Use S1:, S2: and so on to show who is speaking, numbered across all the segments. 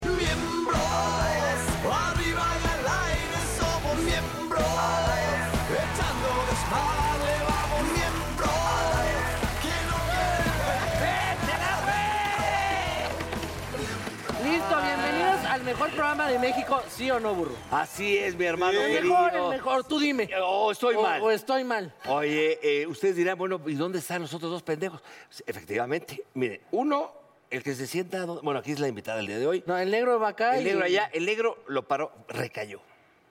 S1: Miembros, arriba y al aire somos miembros, echando desmadre vamos miembros, que no
S2: Listo, bienvenidos al mejor programa de México, ¿sí o no, burro?
S3: Así es, mi hermano
S2: El
S3: querido.
S2: mejor, el mejor, tú dime.
S3: Oh, estoy
S2: O-
S3: mal.
S2: O estoy mal.
S3: Oye, eh, ustedes dirán, bueno, ¿y dónde están los otros dos pendejos? Pues, Efectivamente, mire, uno, el que se sienta, do- bueno, aquí es la invitada del día de hoy.
S2: No, el negro va acá.
S3: el
S2: y-
S3: negro allá, el negro lo paró, recayó.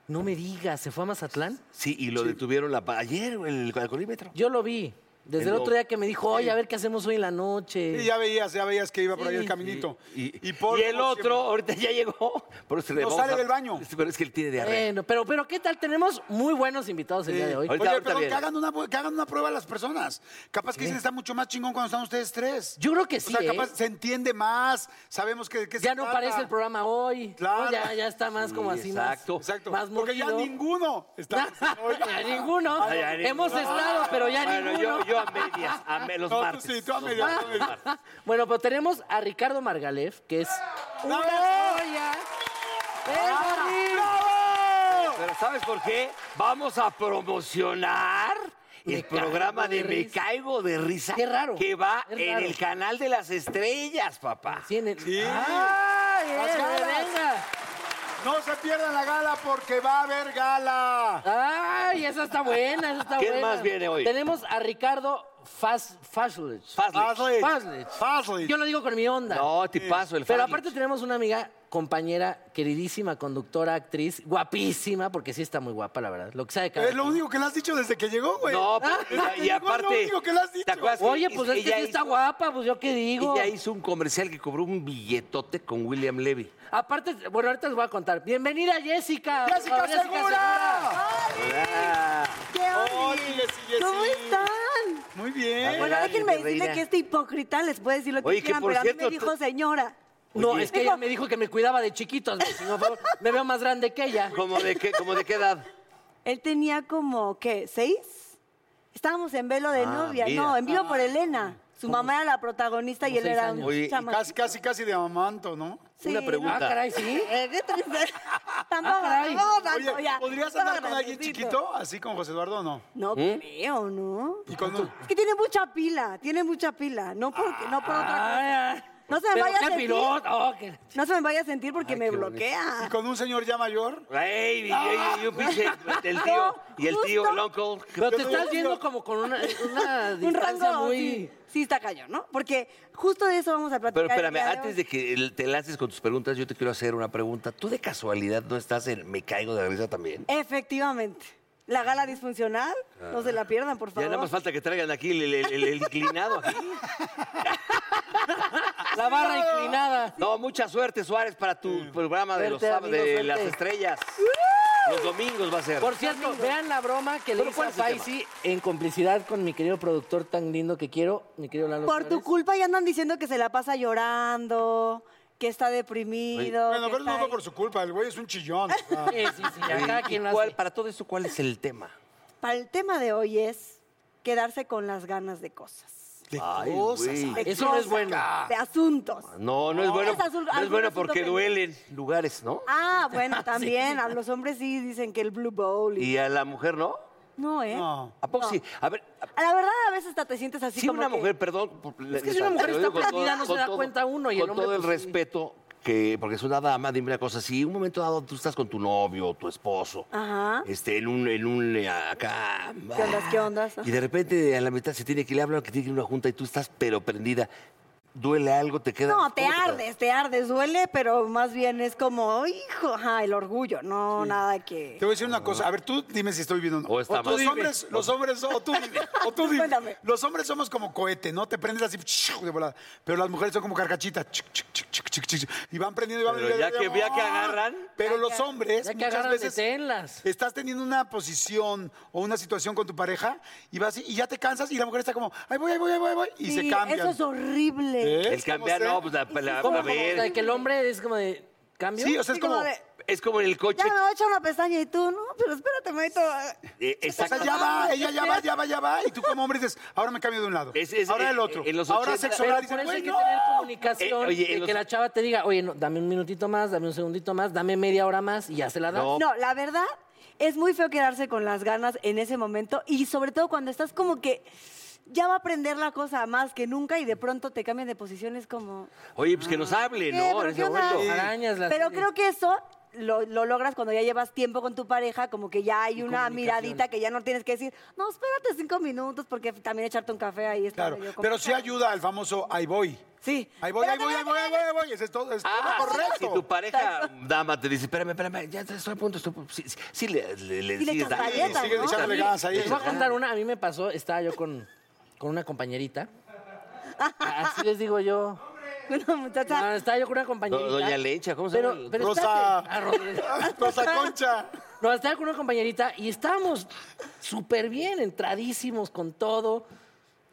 S2: No me digas, ¿se fue a Mazatlán?
S3: Sí, y lo detuvieron la, pa- ayer el alcoholímetro.
S2: Yo lo vi. Desde el
S3: El
S2: otro día que me dijo, oye, a ver qué hacemos hoy en la noche.
S4: Sí, ya veías, ya veías que iba por ahí
S2: Sí.
S4: el caminito.
S3: Y,
S4: Paul,
S3: y el
S4: como
S3: otro, ahorita ya llegó, pero se le
S4: No
S3: vamos
S4: sale
S3: a-
S4: del baño.
S3: Pero es que él tiene diarrea.
S2: Bueno, pero, pero ¿qué tal? Tenemos muy buenos invitados el día de hoy.
S3: Ahorita-
S4: Oye, perdón,
S3: viene.
S4: que hagan, una, que hagan una prueba a las personas. Capaz que dicen está mucho más chingón cuando están ustedes tres.
S2: Yo creo que sí,
S4: O sea,
S2: ¿eh?
S4: capaz se entiende más, sabemos que, que
S2: Ya no parece el programa hoy. ¿no?
S4: Claro.
S2: Ya, ya está más como así, más-
S3: exacto,
S4: Exacto.
S2: más
S4: Porque ya
S2: movido.
S4: ninguno está.
S2: A ninguno.
S3: Ay, ay,
S2: Hemos
S3: ninguno.
S2: estado, pero ya
S3: bueno,
S2: ninguno.
S3: yo, yo a medias, a me- los
S4: No, tú
S3: martes.
S4: sí, tú a
S3: los
S4: medias, tú a
S3: martes,
S4: medias.
S3: martes.
S2: Bueno, pero tenemos a Ricardo Margalef, que es una joya. ¡Es horrible!
S3: Pero ¿sabes por qué? Vamos a promocionar
S2: Me
S3: el programa
S2: caigo
S3: de
S2: de
S3: Me
S2: risa.
S3: Caigo de Risa.
S2: Qué raro,
S3: Que va
S2: es
S3: en
S2: raro.
S3: el canal de las estrellas, papá.
S2: Tiene-
S4: Sí.
S2: ¡Ay,
S4: Las
S2: eh,
S4: galas.
S2: Ah, venga!
S4: No se pierdan la gala porque va a haber gala.
S2: ¡Ay, esa está buena, esa está
S3: ¿Quién
S2: buena!
S3: más viene hoy?
S2: Tenemos a Ricardo Fas- Faslich.
S3: Fazlich.
S4: Fazlich.
S2: Faslich.
S4: Fazlich.
S2: Yo lo digo con mi onda.
S3: No, te paso el
S2: Pero
S3: Fazlich.
S2: aparte tenemos una amiga, compañera, queridísima, conductora, actriz, guapísima, porque sí está muy guapa, la verdad. Lo que sabe cada
S4: Es lo
S2: quien.
S4: único que le has dicho desde que llegó, güey.
S3: No,
S2: pues,
S4: Desde
S3: pero-
S4: que
S3: y
S4: llegó es
S3: aparte.
S4: Lo único que le has dicho.
S3: ¿te acuerdas
S2: Oye, pues es que
S3: ella
S2: sí está
S3: hizo-
S2: guapa, pues yo qué digo.
S3: Ella hizo un comercial que cobró un billetote con William Levy.
S2: Aparte, bueno, ahorita les voy a contar. Bienvenida Jessica. por
S4: ¡Jessica
S2: favor,
S4: Segura! Oye, Jessy, Jessy.
S5: ¿Cómo están?
S4: Muy bien.
S5: Bueno,
S3: Ay,
S5: déjenme
S3: Ferreira.
S5: decirle que este hipócrita les puede decir lo que
S3: Oye, que
S5: quieran,
S3: por
S5: pero
S3: cierto,
S5: a mí me dijo
S3: tú-
S5: señora.
S2: No,
S3: Oye.
S2: es que ella me dijo que me cuidaba de chiquitos. me- si no, por favor, me veo más grande que ella.
S3: ¿Cómo de qué, cómo de qué edad?
S5: Él tenía como, ¿qué? ¿Seis? Estábamos en velo de
S3: Ah,
S5: novia.
S3: mira.
S5: No, en vivo por Elena. Su mamá era la
S4: Ah,
S5: protagonista y
S2: como
S5: él
S2: seis
S5: era un
S2: años.
S3: Oye, y
S5: chamaco.
S4: Casi, casi, casi de amamanto, ¿no?
S5: Sí,
S3: una pregunta.
S2: Ah, caray, sí.
S5: Eh, qué tristeza.
S2: Ah,
S5: Tampoco,
S2: caray.
S5: tampoco
S4: Oye,
S5: tanto, ya.
S4: ¿podrías
S5: Estaba
S4: andar con alguien
S5: grandecito.
S4: chiquito, así como José Eduardo o no?
S5: No creo, ¿no?
S4: Y con un-
S5: Es que tiene mucha pila, tiene mucha pila. No, porque, no por otra cosa.
S2: Ay,
S5: No se me
S2: pero
S5: vaya a
S2: qué
S5: sentir.
S2: piloto, oh, qué-
S5: No se me vaya a sentir porque me
S4: y
S5: bloquea.
S4: con un señor ya mayor. Ah.
S3: Ey, y- y- y un pinche, el tío, y el tío, el uncle.
S2: Pero te
S4: Yo
S2: estás
S4: no-
S2: viendo como con una, una
S5: un
S2: distancia
S5: rango
S2: muy...
S5: sí, sí está cañón, ¿no? Porque justo de eso vamos a platicar.
S3: Pero
S5: el
S3: espérame,
S5: día de
S3: antes
S5: hoy.
S3: de que el- te lances con tus preguntas, yo te quiero hacer una pregunta. ¿Tú de casualidad no estás en Me Caigo de la Risa también?
S5: Efectivamente. La gala disfuncional, no se la pierdan, por
S3: Ya
S5: favor.
S3: nada más falta que traigan aquí el, el- el- el inclinado. aquí.
S2: La barra inclinada.
S3: No, mucha suerte, Suárez, para tu programa de, los
S2: Suerte,
S3: sábados,
S2: amigo,
S3: de
S2: suerte.
S3: las estrellas. Los domingos va a ser.
S2: Por cierto, vean la broma que le
S3: Pero
S2: hice
S3: ¿cuál
S2: a
S3: es el tema?
S2: Faisy en complicidad con mi querido productor tan lindo que quiero, mi querido Lalo
S5: Por tu
S2: Flores.
S5: culpa ya andan diciendo que se la pasa llorando, que está deprimido.
S4: Bueno,
S5: que
S4: pero no
S5: está
S4: fue
S5: ahí.
S4: por su culpa, el güey es un chillón. o sea.
S2: Sí, sí, sí, a cada
S3: ¿Y
S2: quien lo
S3: cuál-
S2: hace.
S3: para todo esto, ¿cuál es el tema?
S5: Para el tema de hoy es quedarse con las ganas de cosas.
S4: De
S3: Ay,
S4: cosas.
S3: güey.
S4: ay.
S2: Eso no es bueno.
S5: De asuntos.
S3: Ah. No, no es bueno.
S5: es azul-
S3: no es
S5: algún
S3: bueno
S5: asunto
S3: porque
S5: pendiente.
S3: duelen lugares, ¿no?
S4: Ah,
S5: Ah, bueno, también. A los hombres sí dicen que el Blue Bowl. y-
S3: Y a la mujer, ¿no?
S5: No, ¿eh?
S4: No.
S3: ¿A poco sí? A ver, a-
S5: A La verdad, a veces hasta te sientes así
S3: si
S5: como
S3: una
S5: que-
S3: mujer, perdón. por- le-
S2: que si
S3: le-
S2: una mujer
S3: te lo
S2: está
S3: digo con
S2: perdida, no se
S3: con
S2: da cuenta uno, y
S3: Con
S2: el hombre,
S3: todo el
S2: pues, sí.
S3: respeto, que, porque es una dama, dime una cosa, si en un momento dado tú estás con tu novio, tu esposo,
S5: Ajá.
S3: este, en un, en un eh, acá.
S5: ¿Qué ondas, qué ondas?
S3: Y de repente a la mitad se tiene que le hablan que tiene que ir a una junta y tú estás pero prendida. ¿Duele algo? ¿Te queda?
S5: No, te
S3: ¿cómo queda?
S5: ardes, te ardes, duele, pero más bien es como, hijo, ajá, el orgullo, no nada que...
S4: Te voy a decir una cosa. A ver, tú dime si estoy viendo o no.
S3: O está
S4: tú
S3: mal.
S4: los hombres, los hombres, o tú dime, o tú dime.
S5: Cuéntame.
S4: Los hombres somos como cohete, ¿no? Te prendes así ¡shoo! de volada. Pero las mujeres son como carcachitas. chic, chic, chic, chic, chic, chic, Y van prendiendo y van
S6: Pero ya que- ya que agarran.
S4: Pero los hombres
S2: Ya que
S4: muchas
S2: agarran,
S4: veces
S2: deténlas.
S4: estás teniendo una posición o una situación con tu pareja y vas y ya te cansas y la mujer está como, "Ahí voy, ahí voy, ahí voy", ahí voy", y se
S5: Sí,
S4: cambian.
S5: Eso es horrible.
S4: ¿Eh?
S3: El cambiar, no,
S4: ¿Cómo se-
S3: pues la, la-
S2: ¿Cómo?
S3: a
S2: Como,
S3: ver.
S2: o sea, que el hombre es como de cambio.
S4: Sí, o sea,
S5: Sí,
S4: es
S5: como
S4: como
S5: de-
S3: Es como en el coche.
S5: Ya me voy a echar una pestaña y tú, no, pero espérate, maito.
S3: eh,
S4: O sea,
S3: exacto.
S4: ya va, ella ya va, ya va, ya va. Y tú como hombre dices, ahora me cambio de un lado.
S3: Es- es-
S4: ahora del
S3: eh,
S4: otro.
S3: en los
S4: ahora
S3: 80,
S4: sexo
S2: Pero
S4: oral.
S2: por
S4: Dices,
S2: eso hay que
S4: "Güey,
S2: tener
S4: no".
S2: comunicación,
S3: Eh, oye,
S2: de
S3: en
S2: que
S3: los-
S2: la chava te diga, oye, no, dame un minutito más, dame un segundito más, dame media hora más y ya se la das.
S3: No.
S5: No, la verdad, es muy feo quedarse con las ganas en ese momento y sobre todo cuando estás como que ya va a aprender la cosa más que nunca y de pronto te cambian de posición, es como...
S3: Oye, pues que nos hable,
S5: ¿qué?
S3: ¿no? En
S5: Ah, ¿Pero
S3: ese
S5: qué onda?
S3: momento.
S2: Arañas las
S5: Pero
S2: tiene.
S5: creo que eso... Lo, lo logras cuando ya llevas tiempo con tu pareja, como que ya hay una miradita que ya no tienes que decir, no, espérate cinco minutos, porque también echarte un café ahí está.
S4: Claro,
S5: medio
S4: pero sí
S5: complicado.
S4: ayuda al famoso ahí voy.
S5: Sí.
S4: Ahí voy, ahí
S5: Espérate,
S4: voy, ahí voy, ahí voy, ahí voy. Ese es todo, es todo
S3: Ah, Si tu
S4: correcto.
S3: pareja dama te dice, espérame, espérame, ya estoy a punto, estoy a punto". Sí, sí, sí le, le, le
S5: Sí le
S3: sigues
S5: echas
S3: dando.
S4: Sí,
S5: galleta,
S4: sigue
S5: ¿no?
S4: echándole gas ahí.
S2: Les voy a contar una, a mí me pasó, estaba yo con, con una compañerita. Así les digo yo.
S5: Una muchacha.
S2: No, estaba yo con una compañerita.
S3: Do- Doña Lencha, ¿cómo se llama?
S2: Pero, pero
S4: Rosa.
S2: espérate. Ah, Rodríguez.
S4: Rosa Concha.
S2: No, estaba con una compañerita y estábamos súper bien, entradísimos con todo,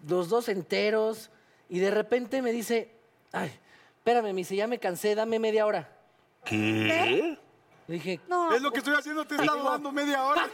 S2: los dos enteros, y de repente me dice, ay, espérame, me dice, ya me cansé, dame media hora.
S3: ¿Qué?
S2: Le dije,
S5: No.
S4: Es lo que estoy haciendo, te he estado dando media hora.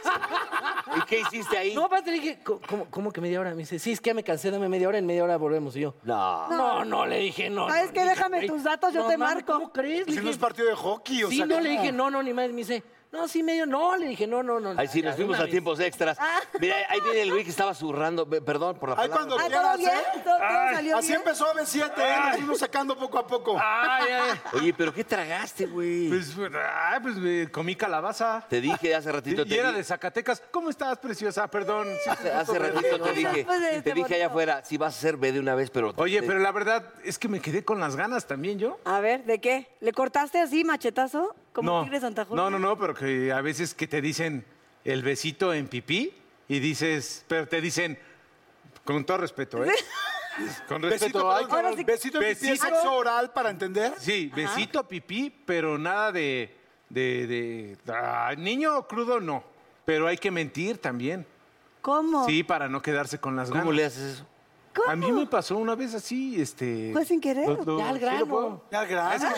S3: ¿Y qué hiciste ahí?
S2: no, aparte le dije, "Co- ¿cómo, cómo que media hora? Me dice, sí, es que ya me cansé, dame media hora, en media hora volvemos. Y yo,
S3: No.
S2: no, no, le dije, no.
S5: ¿Sabes
S2: no,
S5: qué?
S2: le dije,
S5: Ah, Déjame
S2: "Güey,
S5: tus datos, yo
S2: no
S5: te
S2: mames,
S5: marco".
S2: ¿Cómo crees?
S3: Pues
S2: Le
S4: Si no
S2: dije,
S4: es partido de hockey, o
S2: sí,
S4: sea.
S2: no,
S4: ¿cómo?
S2: le dije, no, no, ni más. Me dice, no, sí, medio, no, le dije, no, no, no.
S3: Ahí sí,
S2: ya,
S3: nos
S2: de
S3: fuimos
S2: una
S3: a
S2: vez.
S3: tiempos extras. Mira, ahí viene el güey que estaba zurrando, Ve, perdón por la
S4: Ahí
S3: palabra.
S4: cuando
S5: Ah, ¿todo
S4: quieras,
S5: bien?
S4: ¿eh?
S5: ¿Todo, todo salió
S4: Así
S5: bien?
S4: empezó B7, ¿eh? Nos fuimos sacando poco a poco.
S6: Ay, ay.
S3: Oye, pero ¿qué tragaste, güey?
S6: Pues, ay, pues me comí calabaza.
S3: te dije hace ratito,
S6: Y
S3: te
S6: era
S3: di-
S6: de Zacatecas. ¿Cómo estás, preciosa? Perdón. sí, sí,
S3: hace, hace
S6: sí,
S3: ratito te
S5: Ay,
S3: dije,
S5: después de este
S3: te dije allá
S5: bonito.
S3: afuera, si vas a ser ve de una vez, pero...
S6: Oye,
S3: te-
S6: pero la verdad es que me quedé con las ganas también yo.
S5: A ver, ¿de qué? ¿Le cortaste así, machetazo? Como
S6: no,
S5: un tigre Santa Julia.
S6: no, no, no, pero que a veces que te dicen el besito en pipí y dices, pero te dicen, con todo respeto, ¿eh? Con respeto,
S4: Besito,
S6: ay,
S4: perdón,
S5: Ahora sí.
S4: besito, en pipí,
S6: Besito.
S4: sexo oral para entender.
S6: Sí, besito, pipí, pero nada de. de, de- ah, niño crudo no. Pero hay que mentir también.
S5: ¿Cómo?
S6: Sí, para no quedarse con las ganas.
S3: ¿Cómo le haces eso?
S5: Oh. ¿Cómo?
S6: A mí me pasó una vez así, este.
S5: ¿Fue sin querer?
S2: Ya al
S6: sí lo
S2: grano.
S6: puedo.
S4: Ya, gracias.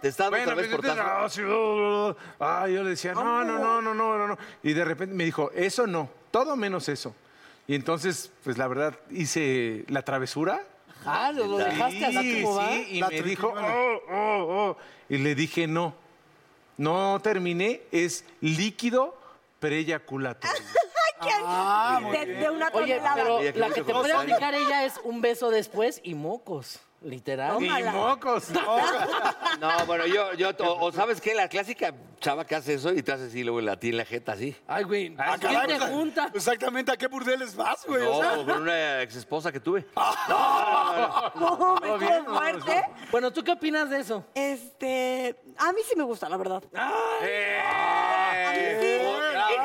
S3: Te está dando
S6: Bueno,
S3: otra vez
S6: pues, entonces,
S3: portazo.
S6: no, sí, uh, uh, ah, yo le decía, no, no, no, no, no, no, no. Y de repente me dijo, eso no, todo menos eso. Y entonces, pues la verdad, hice la travesura.
S2: Ah, lo, lo dejaste así
S6: Sí,
S2: como va.
S6: sí, y
S4: La
S6: me dijo,
S4: triquiñuela.
S6: oh, oh, oh. Y le dije, no, no terminé, es líquido preyaculatorio.
S4: Ah, muy
S5: de, de una
S2: Oye,
S5: tonelada.
S2: pero
S3: Oye, qué
S2: la que
S3: mucho
S2: te puede
S3: comentario.
S2: aplicar ella es un beso después y mocos, literal.
S6: y
S5: Tómala.
S6: mocos.
S3: No, bueno, yo, yo, o, o sabes qué, la clásica chava que hace eso y te hace así luego la tía en la jeta, así.
S2: Ay, güey,
S4: Ah,
S2: ¿a quién
S4: caray,
S2: te
S4: pues,
S2: junta?
S4: Exactamente, ¿a qué burdeles vas, güey? O sea,
S3: No, con una ex esposa que tuve. "Ah,
S5: No, me
S6: bien,
S5: estuvo
S6: no,
S5: fuerte.
S2: Bueno, ¿tú qué opinas de eso?
S5: Este, a mí sí me gusta, la verdad.
S6: Ah,
S5: A mí
S3: O-
S5: sí.
S3: eh,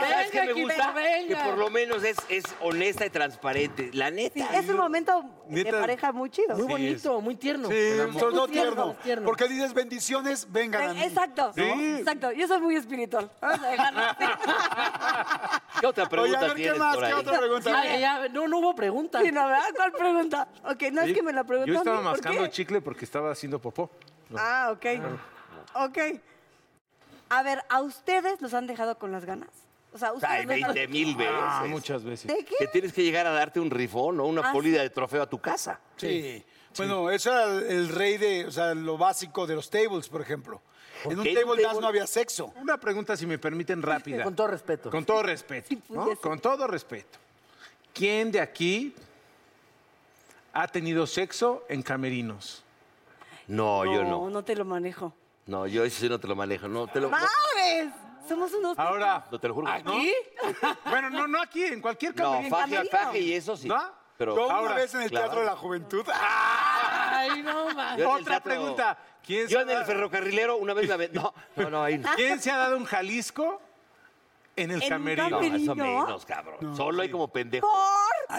S3: ¿Sabes qué me
S2: Kiko,
S3: gusta?
S2: venga.
S3: Que por lo menos es, es honesta y transparente. La
S5: Sí,
S3: neta.
S5: es un momento de
S6: Neta.
S5: pareja muy chido.
S2: Muy bonito, muy tierno.
S4: Sí, sobre todo tierno.
S2: tierno.
S4: Porque dices bendiciones, vengan a mí.
S5: Eh, Exacto, exacto. Yo soy muy espiritual. Vamos a dejarlo así.
S3: ¿Qué otra
S4: Oye,
S3: pregunta
S4: a ver, ¿qué
S3: tienes
S4: más?
S3: por
S4: ¿Qué
S3: ahí?
S4: otra pregunta?
S2: Ay, Ah, ya, no, no hubo pregunta.
S5: Sí, no, ¿verdad? ¿Cuál pregunta? Ok, no es que me la preguntan.
S6: Yo estaba
S5: a mí, ¿por
S6: mascando
S5: qué?
S6: chicle porque estaba haciendo popó.
S5: Ah, ok. Ok. A ver, ¿a ustedes los han dejado con las ganas? O sea, ustedes.
S3: Ay,
S5: los han-
S3: 20 mil veces.
S6: Ah, muchas veces.
S5: ¿De qué?
S3: Que tienes que llegar a darte un rifón o una
S5: Ah,
S3: pólida de trofeo a tu casa.
S4: Sí. Bueno, eso era el, el rey de, o sea, lo básico de los tables, por ejemplo. En un
S3: qué
S4: table,
S3: un
S4: dance
S3: table?
S4: no había sexo.
S6: Una pregunta, si me permiten, rápida.
S2: Con todo respeto.
S6: Con todo respeto. ¿no? Con todo respeto. ¿Quién de aquí ha tenido sexo en camerinos?
S3: No, yo no.
S5: te lo manejo.
S3: No, yo eso sí no te lo manejo. No, te lo, no,
S5: ¡Madres! Somos unos...
S6: Ahora.
S3: no te lo juro. que-
S6: ¿Aquí? Bueno, no, no aquí, en cualquier
S3: No,
S6: camerino.
S3: faje, faje y eso sí.
S6: ¿No?
S3: Pero
S4: Yo una
S6: ahora,
S4: vez en el
S3: claro.
S4: Teatro de la Juventud. ¡ah!
S2: Ay, no, man.
S3: Yo en el
S6: Otra
S3: teatro-
S6: pregunta. ¿Quién se,
S3: Yo
S6: ha
S3: en el
S6: dado,
S3: ferrocarrilero una vez la ve- No, no, no, ahí no.
S6: quién se ha dado un Jalisco en el
S5: En un
S6: camerino?
S3: No, eso
S5: ¿Camerino?
S3: menos, cabrón. Solo hay como pendejo.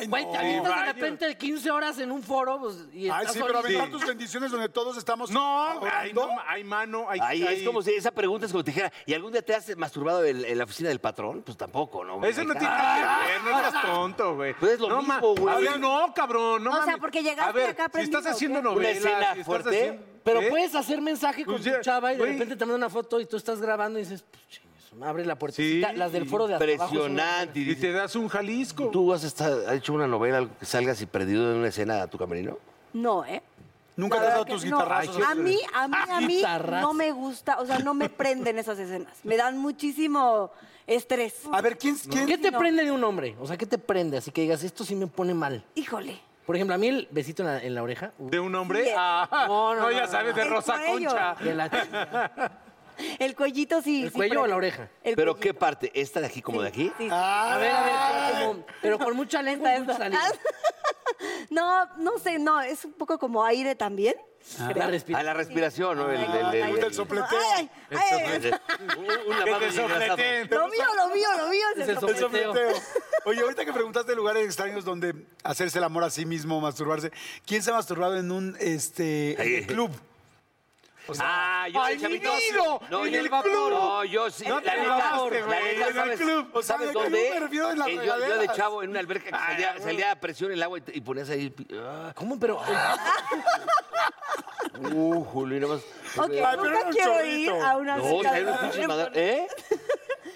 S2: Güey, te avientas de repente 15 horas en un foro pues, y estás
S4: Ay, sí, pero
S2: solito.
S4: aventar tus bendiciones donde todos estamos.
S6: No, hay,
S4: adorando.
S6: no, hay mano, hay...
S3: Ahí es
S6: hay-
S3: como si esa pregunta es como te dijera, ¿y algún día te has masturbado en, en la oficina del patrón? Pues tampoco, ¿no?
S6: Eso no
S3: Ahí
S6: tiene
S3: está.
S6: nada que ver, no seas tonto, güey.
S3: Pues es lo
S6: no, ma-
S3: mismo, güey.
S6: A ver, no, cabrón, no
S5: O sea,
S6: mames.
S5: porque llegaste
S6: A ver,
S5: acá
S6: si
S5: prendido,
S6: estás haciendo
S5: ¿o qué?
S6: novelas,
S3: Una escena
S6: si estás
S3: fuerte,
S6: haciendo-
S2: Pero
S6: ¿Eh?
S2: puedes hacer mensaje con
S6: Pues
S2: tu
S6: ya,
S2: chava y de
S6: güey.
S2: repente te manda una foto y tú estás grabando y dices, pues chingues, abre la puertecita,
S6: Sí.
S2: las del foro de hasta abajo son una-
S3: Impresionante. Y
S6: Y te
S3: dices,
S6: das un Jalisco.
S3: ¿Tú has, estado- has hecho una novela algo que salgas y perdido en una escena a tu camerino?
S5: No, ¿eh?
S4: Nunca
S5: La
S4: te has dado
S5: verdad
S4: tus
S5: que no.
S4: guitarrazos.
S5: A mí, a mí,
S3: Ah,
S5: a mí
S2: Guitarrazos.
S5: no me gusta, o sea, no me prenden esas escenas. Me dan muchísimo estrés.
S4: A ver, ¿quién, quién-
S2: ¿Qué te
S5: No.
S2: prende de un hombre? O sea, ¿qué te prende? Así que digas, esto sí me pone mal.
S5: Híjole.
S2: Por ejemplo, a mí el besito en la, en la oreja. uh,
S6: ¿De un hombre?
S5: Sí.
S6: Ah,
S2: No,
S6: no,
S2: no, no,
S6: ya
S2: no,
S6: sabes, de
S5: El
S6: Rosa
S5: cuello.
S6: Concha.
S2: de la chingada.
S5: El cuellito sí.
S2: ¿El
S5: sí
S2: cuello o
S5: prende.
S2: la oreja? Ah.
S5: El
S3: ¿Pero
S5: cuellito.
S3: qué parte? ¿Esta de aquí como de aquí?
S5: Sí, sí.
S2: A ver, a ver, pero, como- pero con mucha lengua,
S5: Esta, esta.
S2: mucha saliva.
S5: No, no sé, no, es un poco como aire también.
S2: La
S3: A
S2: respiración.
S3: la respiración, ¿no? El, el, el-
S4: gusta el
S3: el-
S4: sopleteo.
S5: Ay, ay, ay,
S3: Un- un
S6: Que
S3: lavado
S6: te
S3: de engrasado.
S6: sopleteen.
S5: lo mío, lo mío, lo mío.
S2: Es
S5: se
S2: el
S5: lo-
S4: El
S2: Sopleteo.
S4: sopleteo. Oye, ahorita que preguntaste lugares extraños donde hacerse el amor a sí mismo, masturbarse, ¿quién se ha masturbado en un este en
S3: Ay,
S4: el club?
S3: Ah, yo
S6: ¡Ay,
S3: de chavito-
S6: divino!
S3: No,
S6: ¡En
S3: yo-
S6: el club!
S3: No, yo sí.
S6: No
S3: la
S6: te
S3: neta,
S6: mamaste,
S3: la
S6: güey,
S3: neta,
S6: en el
S3: ¿sabes-
S6: club.
S4: O sea,
S3: ¿sabes
S4: en el club
S3: dónde?
S4: me refiero en las
S3: Eh, yo, yo de
S4: regaderas.
S3: chavo en una alberca que salía, salía a presión el agua y, te- y ponías ahí. ah,
S2: ¿Cómo? Pero.
S3: Uh, Julio, y nada más.
S5: Ok,
S4: Ay, pero
S5: nunca
S4: era un
S5: quiero
S4: chorrito.
S5: ir a una
S3: No, traer un pinche madra- ¿Eh?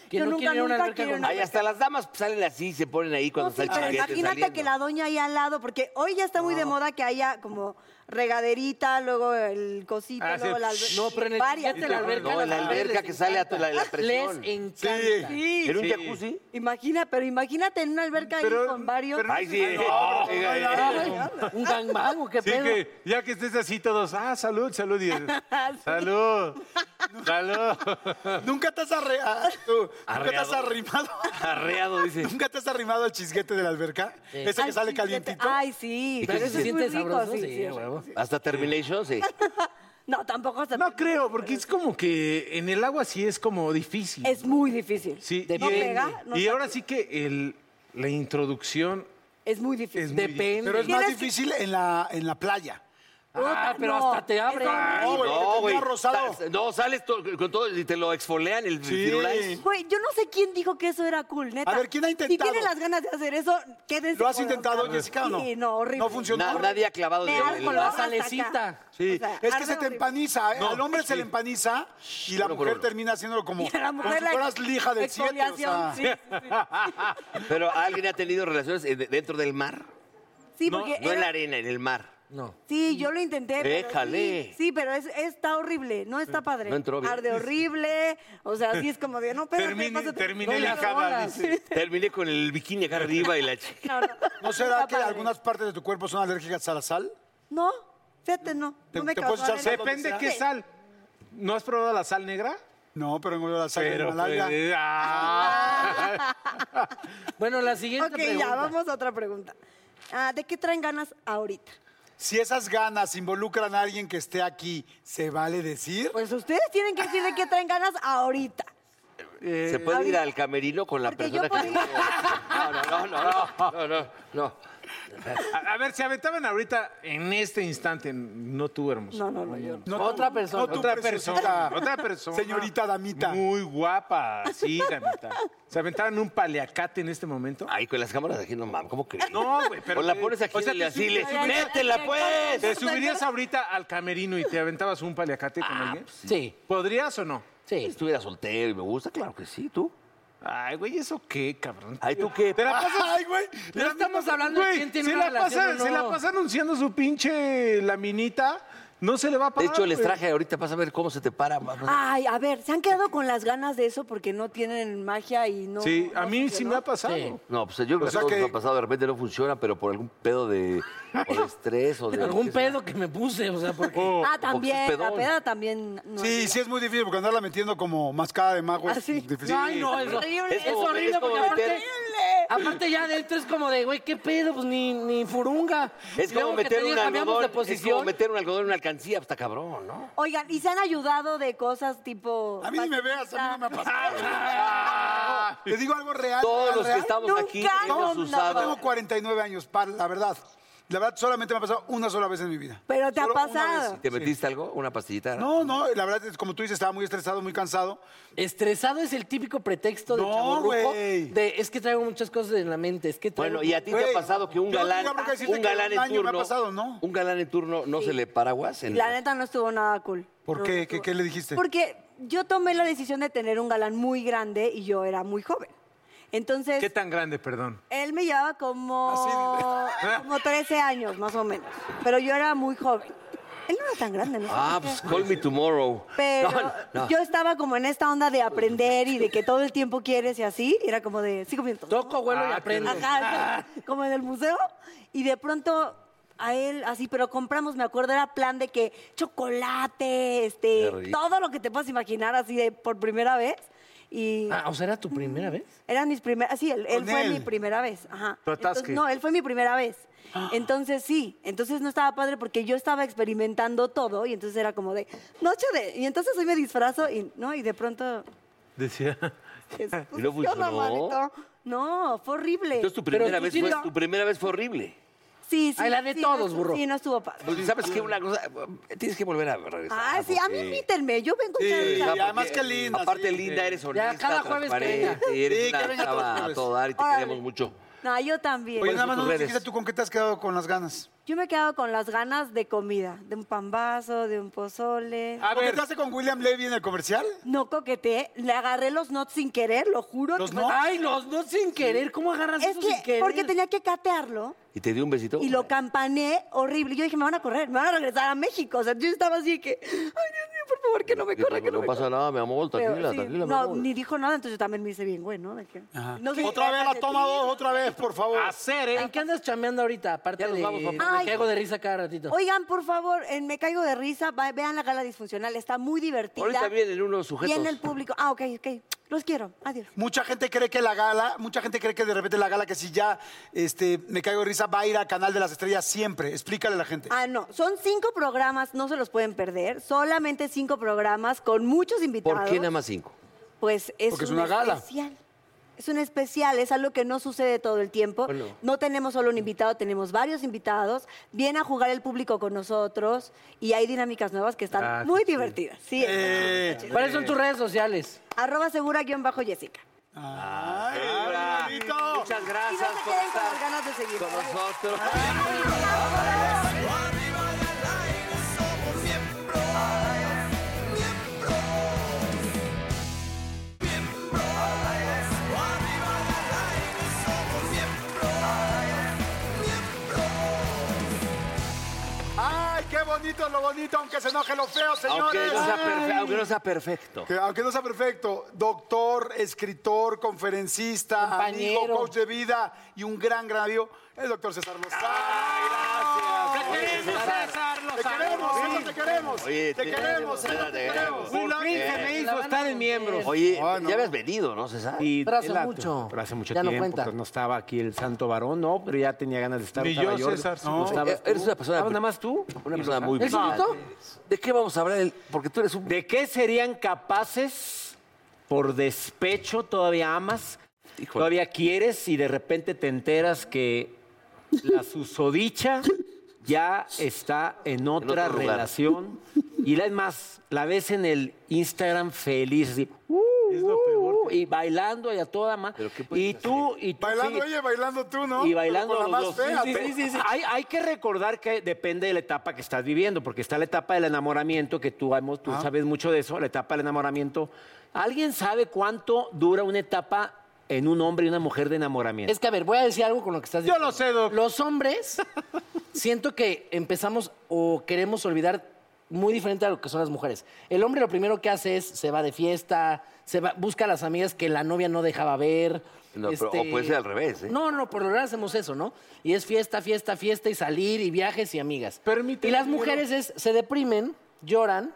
S2: que
S5: Yo
S2: no
S5: nunca,
S2: quiere ir a una
S5: nunca
S2: alberca
S5: quiero
S2: con-
S5: una
S3: Ay, hasta las damas salen así y se ponen ahí cuando
S5: No, sí,
S3: están
S5: pero
S3: chiquetes
S5: imagínate
S3: saliendo.
S5: que la doña ahí al lado, porque hoy ya está muy de moda que haya como regaderita, luego el cosito,
S6: Ah, sí.
S5: luego la alber-
S2: No, pero en el
S5: varias.
S2: fíjate la alberca.
S3: No, en la
S2: las mujeres
S3: alberca
S2: les
S3: que sale a tu- la, la
S2: Les
S3: presión.
S2: encanta.
S5: Sí.
S3: ¿En un jacuzzi?
S5: Imagina, pero imagínate en una alberca ahí
S6: Pero-
S5: con varios.
S6: pero-
S3: Ay, sí. Eh,
S6: No,
S3: eh,
S2: ¿Un gangbang o qué
S6: Sí,
S2: pedo?
S6: que ya que estés así todos, ah, salud, salud. y- salud, salud.
S4: Nunca te has, arre- a- tú, ¿nunca te has
S3: Arreado.
S4: arrimado.
S3: Arreado, dice.
S4: ¿Nunca te has arrimado al chisguete de la alberca? Ese que
S5: Ay,
S4: sale
S5: sí,
S4: calientito.
S5: Ay, sí. Pero
S2: Pero se
S5: eso es muy
S2: siente
S5: rico,
S2: sabroso.
S5: sí,
S2: Sí,
S5: sí.
S2: a huevo.
S3: Hasta Termination, sí.
S5: No, tampoco se...
S6: No creo, porque es como que en el agua sí es como difícil.
S5: Es muy difícil.
S6: Sí,
S5: no
S6: y,
S5: pega. no
S6: y
S5: se-
S6: ahora sí que el, la introducción
S5: Es muy difícil.
S6: es muy
S2: Depende.
S4: Pero es más
S5: Tienes que-
S4: difícil en la, en la playa.
S2: Ah, pero
S5: no.
S2: hasta te abre.
S4: No, güey, porque
S3: No,
S4: te
S3: güey.
S4: mira rosado.
S3: Sa- No, sales to- con todo y te lo exfolean el firulais.
S5: Güey, yo no sé quién dijo que eso era cool, neta.
S4: A ver, ¿quién ha
S5: Si
S4: intentado?
S5: tienen las ganas de hacer eso, quédense.
S4: ¿Lo has
S5: con las
S4: intentado,
S5: ganas.
S4: Jessica, o no?
S5: Sí, no, horrible.
S4: No funcionó.
S3: Na- nadie ha clavado
S5: Me
S3: el-
S5: arde
S3: el-
S5: con
S2: la
S5: hasta
S2: salecita.
S5: acá.
S4: Sí.
S5: O sea,
S4: es que
S5: arde
S4: se te
S5: horrible.
S4: empaniza, ¿eh? al hombre se le empaniza y la
S3: Uno por
S4: mujer
S3: uno.
S4: termina haciéndolo como,
S5: Y a la
S4: como
S5: mujer
S4: si
S5: la
S4: fueras lija del 7. O sea,
S5: exfoliación, sí.
S3: Pero alguien ha tenido relaciones eh, de- dentro del mar.
S5: Sí, porque
S3: No en la
S5: era-
S3: arena, en el mar.
S2: No.
S5: Sí, yo lo intenté. pero
S3: Déjale.
S5: Sí, sí, pero es, está horrible, no está padre.
S3: No entró bien.
S5: Arde horrible, o sea, sí es como de, no, pero
S6: termine, termine
S2: No,
S6: la
S2: las
S6: cama.
S2: olas.
S6: dice.
S3: Terminé con el bikini acá arriba y la chica.
S5: No, no,
S4: ¿no será
S5: está
S4: que
S5: padre.
S4: algunas partes de tu cuerpo son alérgicas a la sal?
S5: No, fíjate, no.
S4: ¿Te-
S5: no me
S4: te
S5: causó
S4: puedes echar
S5: arena.
S4: sal donde
S6: Depende
S4: sea?
S6: qué
S5: Sí.
S6: sal. ¿No has probado la sal negra?
S4: No, pero en la sal de
S6: Pero
S4: Himalaya.
S6: pues, ah.
S2: Bueno, la siguiente
S5: Ok,
S2: pregunta.
S5: ya, vamos a otra pregunta. Ah, ¿De qué traen ganas ahorita?
S4: Si esas ganas involucran a alguien que esté aquí, ¿se vale decir?
S5: Pues ustedes tienen que decir de qué traen ganas ahorita.
S4: Eh,
S2: Eh,
S3: ¿Se puede ir al camerino con la
S5: Porque yo
S3: persona que... No, no, no, no, no, no, no.
S6: A, a ver, se aventaban ahorita en este instante, no tú, hermoso.
S5: No, no, no, yo no.
S2: Otra persona.
S4: No, tú,
S6: Otra
S4: preciosita.
S6: persona, otra persona.
S4: Señorita Damita.
S6: Muy guapa, sí, Damita. ¿Se aventaban un paleacate en este momento?
S3: Ay, con las cámaras aquí no mames, ¿cómo crees?
S6: No, güey, pero
S3: O la
S6: te-
S3: pones aquí
S6: o sea,
S3: y
S6: te
S3: le así,
S6: sube-
S3: le- ¡métela, pues!
S6: ¿Te subirías ahorita al camerino y te aventabas un
S7: Ah,
S6: paleacate con alguien?
S2: Sí,
S6: ¿Podrías o no?
S3: Si
S2: sí.
S3: estuviera soltero y me gusta, claro que sí, ¿tú?
S6: Ay, güey, ¿eso qué, cabrón?
S3: Ay, ¿tú qué?
S6: Te la pasas.
S4: Ay, güey.
S2: No estamos hablando de
S6: Güey,
S2: quién tiene
S6: se
S2: una
S6: la
S2: relación
S6: pasa,
S2: o
S6: Se
S2: no.
S6: la pasa anunciando su pinche laminita. No se le va a
S3: De
S6: parar.
S3: hecho, les
S6: güey.
S3: traje ahorita, vas a ver cómo se te para. mamá.
S5: Ay, a ver, se han quedado con las ganas de eso porque no tienen magia y no.
S6: Sí, a
S5: no
S6: mí sí me
S5: funcionó.
S6: ha pasado.
S2: Sí.
S3: No, pues yo creo que
S4: sea
S3: a todos
S4: que-
S3: nos ha pasado, de repente no funciona, pero por algún pedo de, o de estrés o de...
S2: Algún pedo que me puse, o sea, porque...
S6: O-
S5: Ah, también, la
S3: pedón.
S5: peda también. no
S4: Oh. Sí,
S5: ayuda.
S4: sí es muy difícil porque andarla metiendo como mascada de mago
S5: Ah,
S4: es
S5: sí.
S4: difícil.
S2: Ay, no, es,
S5: Horrible.
S2: es
S3: Es como-
S2: horrible
S3: es como
S2: porque aparte...
S3: meter-
S5: Eh.
S2: Aparte ya adentro es como de, güey, ¿qué pedo? Pues ni, ni furunga.
S3: Es
S2: Y
S3: como
S2: luego que te
S3: meter un
S2: digan, cambiamos
S3: algodón,
S2: de
S3: es como
S2: posición.
S3: meter un algodón en una alcancía, pues está cabrón, ¿no?
S5: Oigan, y se han ayudado de cosas tipo.
S4: A mí ni me veas, a mí no me ha pasado. Te digo algo real.
S3: Ah, Todos
S4: real,
S3: los que
S4: real.
S3: estamos
S5: Nunca
S3: aquí hemos
S5: nos
S4: Yo
S3: usado...
S4: tengo 49 años, par, la verdad. La verdad, solamente me ha pasado una sola vez en mi vida.
S5: Pero te ha
S4: Solo una
S5: pasado.
S4: vez.
S3: ¿Te metiste algo? ¿Una pastillita?
S4: No, no, la verdad, es como tú dices, estaba muy estresado, muy cansado.
S2: Estresado es el típico pretexto de
S4: No,
S2: chavorruco
S4: güey.
S2: de es que traigo muchas cosas en la mente, es que traigo...
S3: Bueno, ¿y a ti te
S4: Güey,
S3: ha pasado que un
S4: yo
S3: galán,
S4: tengo que decirte
S3: un
S4: que
S3: galán
S4: un
S3: en
S4: año me ha
S3: turno,
S4: pasado, ¿no?
S3: un galán en turno no se le paraguas? En...
S5: La neta no estuvo nada cool.
S4: ¿Por
S5: No,
S4: qué?
S5: no
S4: ¿Qué-
S5: estuvo-
S4: qué le dijiste?
S5: Porque yo tomé la decisión de tener un galán muy grande y yo era muy joven. Entonces,
S6: ¿Qué tan grande, perdón?
S5: él me llevaba como, como 13 años, más o menos. Pero yo era muy joven. Él no era tan grande, ¿no? sé
S3: Ah,
S5: por qué.
S3: pues call me tomorrow.
S5: Pero
S3: No, no.
S5: yo estaba como en esta onda de aprender y de que todo el tiempo quieres y así. y era como de cinco minutos.
S2: Toco, vuelo y
S6: Ah,
S2: aprendo.
S5: Ajá, como en el museo. Y de pronto a él, así, pero compramos, me acuerdo, era plan de que chocolate,
S3: Qué
S5: este,
S3: rico.
S5: todo lo que te puedas imaginar así de por primera vez. Y
S2: Ah, o sea, ¿era tu primera vez?
S5: eran mis primeras, sí, él, él
S4: Con
S5: fue
S4: él.
S5: mi primera vez. Ajá.
S6: Tu atasque.
S5: Entonces, no, él fue mi primera vez. Entonces sí, entonces no estaba padre porque yo estaba experimentando todo y entonces era como de noche de y entonces hoy me disfrazo y no y de pronto
S6: Decía.
S3: ¿Y
S5: es-
S3: pues, no funcionó?
S5: manito. No, fue horrible.
S3: Entonces tu
S2: Pero
S3: primera,
S2: tú
S3: vez
S2: sí
S3: fue,
S2: lo-
S3: tu primera vez fue horrible.
S5: Sí, sí.
S2: Ay, la de
S5: sí,
S2: todos,
S5: no estuvo-
S2: burro.
S5: Sí, no estuvo padre.
S3: Pues, ¿Sabes qué? Una cosa, tienes que volver a regresar.
S5: Ah, sí, a mí
S3: porque-
S5: invítenme, yo vengo
S4: Sí,
S5: sí,
S4: ya,
S3: porque-
S4: además que linda,
S3: Aparte
S4: sí.
S3: linda, eres honesta,
S2: cada jueves que
S3: transparente, eres
S4: Sí, que
S3: una
S4: venga todos los
S3: chava a
S4: jueves.
S3: todo dar y te
S5: Órale.
S3: queremos mucho.
S5: No, yo también.
S4: Oye,
S3: ¿Cuáles
S4: nada
S3: son tus
S4: más no nos
S3: redes?
S4: dijiste tú con qué te has quedado con las ganas.
S5: Yo me he quedado con las ganas de comida, de un pambazo, de un pozole.
S6: A ver,
S4: ¿Coqueteaste con William Levy en el comercial?
S5: No coqueteé, le agarré los nuts sin querer, lo juro.
S4: ¿Los
S5: que
S4: nuts?
S2: Ay, los dos sin querer, ¿cómo agarras
S5: Es
S2: eso sin
S5: que
S2: querer?
S5: porque tenía que catearlo
S3: ¿Y te dio un besito?
S5: y lo campané horrible. Yo dije, me van a correr, me van a regresar a México. O sea, yo estaba así que, ay, Dios mío, por favor, que no me
S3: Sí,
S5: corra, que no,
S3: no
S5: me
S3: pasa
S5: corra".
S3: nada, mi amor,
S5: Pero
S3: tranquila,
S5: sí,
S3: tranquila, mi
S5: No,
S3: amor.
S5: ni dijo nada, entonces yo también me hice bien, güey, ¿no? De que- no sé,
S4: Otra vez la toma dos, otra vez, por favor.
S6: hacer, ¿eh?
S2: ¿En qué andas chameando ahorita? Aparte
S3: Ya nos
S2: de,
S3: vamos, papá.
S2: de
S5: Ay.
S2: que hago de risa cada ratito.
S5: Oigan, por favor, en Me Caigo de Risa, va- vean la gala disfuncional, está muy divertida.
S3: Ahorita vienen unos sujetos.
S5: Viene el público. Ah, ok, ok. Los quiero. Adiós.
S4: Mucha gente cree que la gala, mucha gente cree que de repente la gala que si ya este, me caigo de risa va a ir a Canal de las Estrellas siempre. Explícale a la gente.
S5: Ah, no, son cinco programas, no se los pueden perder, solamente cinco programas con muchos invitados.
S3: ¿Por qué nada más cinco?
S5: Pues es,
S4: Porque es
S5: un
S4: una gala.
S5: especial. Es un especial, es algo que no sucede todo el tiempo.
S3: Bueno.
S5: No tenemos solo un invitado, tenemos varios invitados. Viene a jugar el público con nosotros y hay dinámicas nuevas que están
S6: Ah,
S5: muy
S6: qué chido.
S5: divertidas. Sí, está
S4: Eh,
S5: chido, está
S2: ¿Cuáles son tus redes sociales?
S5: chido. Arroba segura-jessica.
S4: ay, qué bonito.
S3: Muchas
S5: Y no
S3: gracias
S5: se
S3: por
S5: queden con
S3: estar
S5: las ganas de seguir.
S3: con nosotros.
S1: Arriba y al aire somos miembros, miembros, miembros. Arriba y al aire somos miembros,
S4: Ay, qué bonito lo bonito, aunque se enoje lo feo,
S3: Aunque
S4: señores.
S3: no, sea perfe- aunque no sea perfecto.
S4: Que aunque no sea perfecto, doctor, escritor, conferencista,
S2: Compañero.
S4: amigo, coach de vida y un gran, gran amigo, el doctor César Lozano.
S3: Oye, César,
S4: Te queremos, César, te queremos.
S3: Oye,
S4: te
S3: te-
S4: queremos, César, te
S3: te-
S4: queremos.
S6: Por fin se
S3: Eh,
S6: me hizo estar en miembros.
S3: Oye,
S4: Ah, no.
S3: ya habías venido, ¿no, César?
S7: Y
S2: Pero hace
S7: él la-
S2: mucho.
S7: Pero hace mucho
S2: Ya no
S7: tiempo,
S2: cuenta.
S7: pues, no estaba aquí el santo varón, no, pero ya tenía ganas de estar.
S6: Ni
S7: estaba
S6: yo, César,
S7: no
S6: no.
S7: estabas
S3: Eh, eres
S7: tú.
S3: una persona-
S7: Estabas nada más tú.
S3: Una
S7: y
S3: persona
S7: los
S3: muy
S2: ¿El
S3: brillante.
S2: sujeto?
S3: ¿De qué vamos a hablar? El- Porque tú eres un...
S7: ¿De qué serían capaces por despecho todavía amas?
S3: Híjole.
S7: Todavía quieres y de repente te enteras que la susodicha ya está en otra
S3: otro lugar.
S7: relación. Y la es más, la ves en el Instagram feliz. así,
S6: Es lo peor.
S7: uh,
S2: y bailando y a toda más. Y tú, y tú.
S4: Bailando
S2: sí.
S4: ella, bailando tú, ¿no?
S7: Y bailando
S4: Pero con la
S7: los
S4: más
S7: dos.
S4: fea.
S7: Sí,
S4: pe-
S7: sí, sí, sí. Hay, hay que recordar que depende de la etapa que estás viviendo, porque está la etapa del enamoramiento, que tú, hemos- tú sabes mucho de eso, la etapa del enamoramiento. ¿Alguien sabe cuánto dura una etapa en un hombre y una mujer de enamoramiento?
S2: Es que, a ver, voy a decir algo con lo que estás
S6: Yo
S2: diciendo.
S6: lo sé, Doc.
S2: Los hombres, siento que empezamos o queremos olvidar muy diferente a lo que son las mujeres. El hombre lo primero que hace es se va de fiesta, se va, busca a las amigas que la novia no dejaba ver. este,
S3: No, pero- o puede ser al revés, ¿eh?
S2: No, no, por lo general hacemos eso, ¿no? Y es fiesta, fiesta, fiesta y salir y viajes y amigas.
S6: Permíteme,
S2: y las
S6: Miguel.
S2: mujeres es, se deprimen, lloran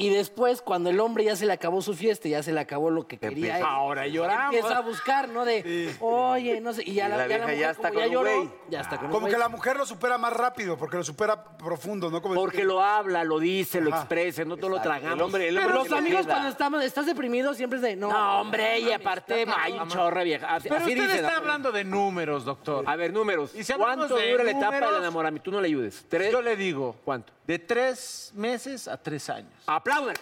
S2: y después cuando el hombre ya se le acabó su fiesta, ya se le acabó lo que quería.
S3: Empieza-
S2: él,
S6: Ahora lloramos.
S2: Empieza a buscar, ¿no? De, oye, no sé. Y ya
S3: Y
S2: la,
S3: la
S2: ya la
S3: vieja
S2: mujer
S3: ya
S2: como
S3: está con un
S2: lloró,
S3: güey.
S2: Ya está con un
S4: Como
S2: güey.
S4: que la mujer lo supera más rápido, porque lo supera profundo, ¿no? Como
S7: Porque lo habla, lo dice, lo expresa, no todo lo tragamos.
S3: El hombre, el hombre
S2: Pero
S3: se
S2: los
S3: la
S2: amigos
S3: queda.
S2: cuando estamos, estás deprimido siempre es de, no,
S7: No, hombre, y
S2: mames,
S7: aparte,
S2: está
S7: hay un
S2: cabrón.
S7: chorro de vieja. Así,
S6: Pero
S7: así
S6: usted
S7: dicen
S6: está
S7: las-
S6: hablando de números, doctor.
S7: A ver, números.
S6: Y si hablamos
S7: ¿Cuánto
S6: de
S7: dura la etapa
S6: números-
S7: del enamoramiento? Tú no le ayudes. ¿Tres?
S6: Yo le digo.
S7: ¿Cuánto?
S6: De tres meses a tres años.
S7: ¡Aplaudan!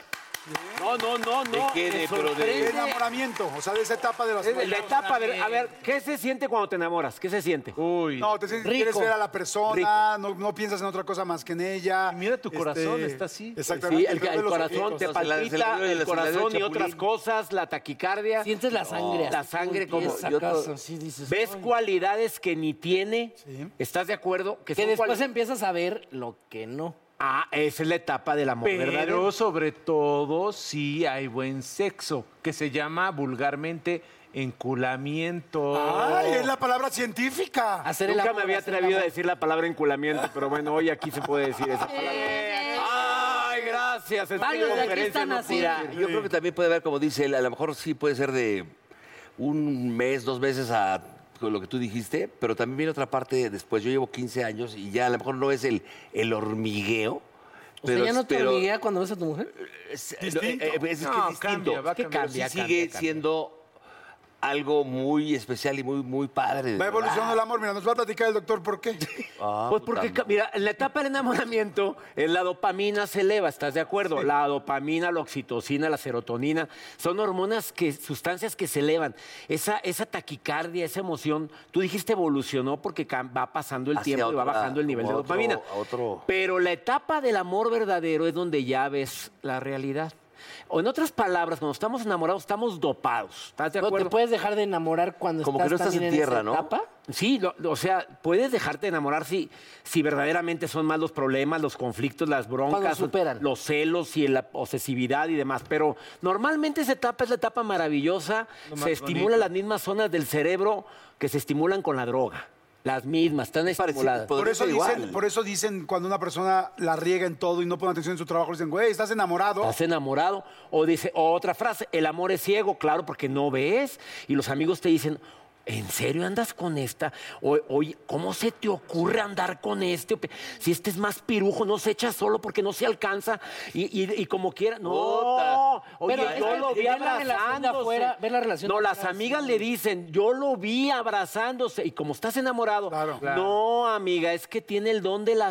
S7: No, no, no, no.
S3: ¿De qué?
S7: me
S3: ¿De- pero de-
S4: De
S7: sorprende.
S4: enamoramiento, o sea, de esa etapa de las...
S7: En La etapa, a ver, a ver, ¿qué se siente cuando te enamoras? ¿Qué se siente?
S6: Uy.
S4: No, te sientes- quieres
S2: Rico.
S4: ver a la persona, no, no piensas en otra cosa más que en ella.
S6: Y mira, tu corazón
S4: Este,
S6: está así.
S4: Exactamente.
S7: Sí, el,
S4: través
S7: el
S4: de los
S7: corazón
S4: ojitos.
S7: te
S3: o sea, la- se la vio
S7: palpita,
S3: en
S7: el
S3: la- se la vio el
S7: corazón y
S3: chapulín.
S7: otras cosas, la taquicardia.
S2: Sientes la sangre.
S7: la sangre como-
S2: Yo
S7: yo
S2: así dices.
S7: ¿Ves
S2: "Ay".
S7: cualidades que ni tiene? ¿Estás de acuerdo?
S2: Que
S7: son
S2: después
S7: cuali-
S2: empiezas a ver lo que no.
S7: Ah, esa es la etapa del amor, ¿verdad?
S6: Pero sobre todo si hay buen sexo, que se llama vulgarmente enculamiento.
S4: Ay, es la palabra científica.
S2: Hacer el
S7: Nunca
S2: amor,
S7: me había
S2: hacer el
S7: atrevido a
S2: amor.
S7: decir la palabra enculamiento, pero bueno, hoy aquí se puede decir esa palabra. ¡Ay, gracias! Es que
S2: Varios de aquí
S7: conferencia
S2: están
S7: no
S2: así.
S7: pude
S3: Mira, yo creo que también puede haber, como dice él, a lo mejor sí puede ser de un mes, dos meses a con lo que tú dijiste, pero también viene otra parte después. Yo llevo 15 años y ya a lo mejor no es el, el hormigueo.
S2: O sea,
S3: Pero,
S2: ya no te
S3: pero-
S2: hormiguea cuando ves a tu mujer.
S3: es, eh, no, eh, eh, es que es
S6: No,
S3: distinto.
S6: cambia, va
S3: Es que
S6: cambiando.
S3: cambia,
S6: Sí,
S3: sigue
S6: cambia, cambia.
S3: siendo algo muy especial y muy, muy padre. de
S4: Va
S3: verdad.
S4: evolucionando el amor. Mira, nos va a platicar el doctor por qué.
S3: Ah,
S7: Pues porque,
S3: puta
S7: ca- mira, en la etapa del enamoramiento, eh, la dopamina se eleva, ¿estás de acuerdo? La dopamina, la oxitocina, la serotonina, son hormonas, que, sustancias que se elevan. Esa, esa taquicardia, esa emoción, tú dijiste evolucionó porque cam- va pasando el
S3: Hacia
S7: tiempo y va
S3: otra-
S7: bajando el nivel de
S3: como a otro-
S7: dopamina.
S3: a otro-
S7: Pero la etapa del amor verdadero es donde ya ves la realidad. O en otras palabras, cuando estamos enamorados, estamos dopados. ¿Estás de
S3: Pues,
S2: No
S7: acuerdo?
S2: te puedes dejar de enamorar cuando
S3: Como que
S2: estás
S3: no estás
S2: también
S3: en
S2: esa
S3: tierra, ¿no?
S2: etapa.
S7: Sí, lo- lo- o sea, puedes dejarte enamorar si, si verdaderamente son más los problemas, los conflictos, las broncas,
S2: superan.
S7: los celos y la obsesividad y demás. Pero normalmente esa etapa es la etapa maravillosa. Se estimulan las mismas zonas del cerebro que se estimulan con la droga. Las mismas, están
S3: parecido,
S7: estimuladas.
S3: podría
S4: Por eso,
S3: ser
S4: dicen,
S3: igual.
S4: por eso dicen cuando una persona la riega en todo y no pone atención en su trabajo, dicen, güey, estás enamorado.
S7: Estás enamorado. O dice, o otra frase, el amor es ciego, claro, porque no ves. Y los amigos te dicen, ¿en serio andas con esta? O- Oye, ¿cómo se te ocurre andar con este? O pe- Si este es más pirujo, no se echa solo porque no se alcanza. Y, y- y como quiera, no.
S3: Puta.
S7: Oye,
S2: Pero es
S7: yo
S2: que
S7: lo vi
S2: ve la relación de
S7: abrazándose.
S2: afuera, ve la relación
S7: no,
S2: de
S7: las
S2: afuera,
S7: amigas
S2: sí.
S7: le dicen, yo lo vi abrazándose. Y como estás enamorado,
S4: Claro.
S7: no, amiga, es que tiene el don de la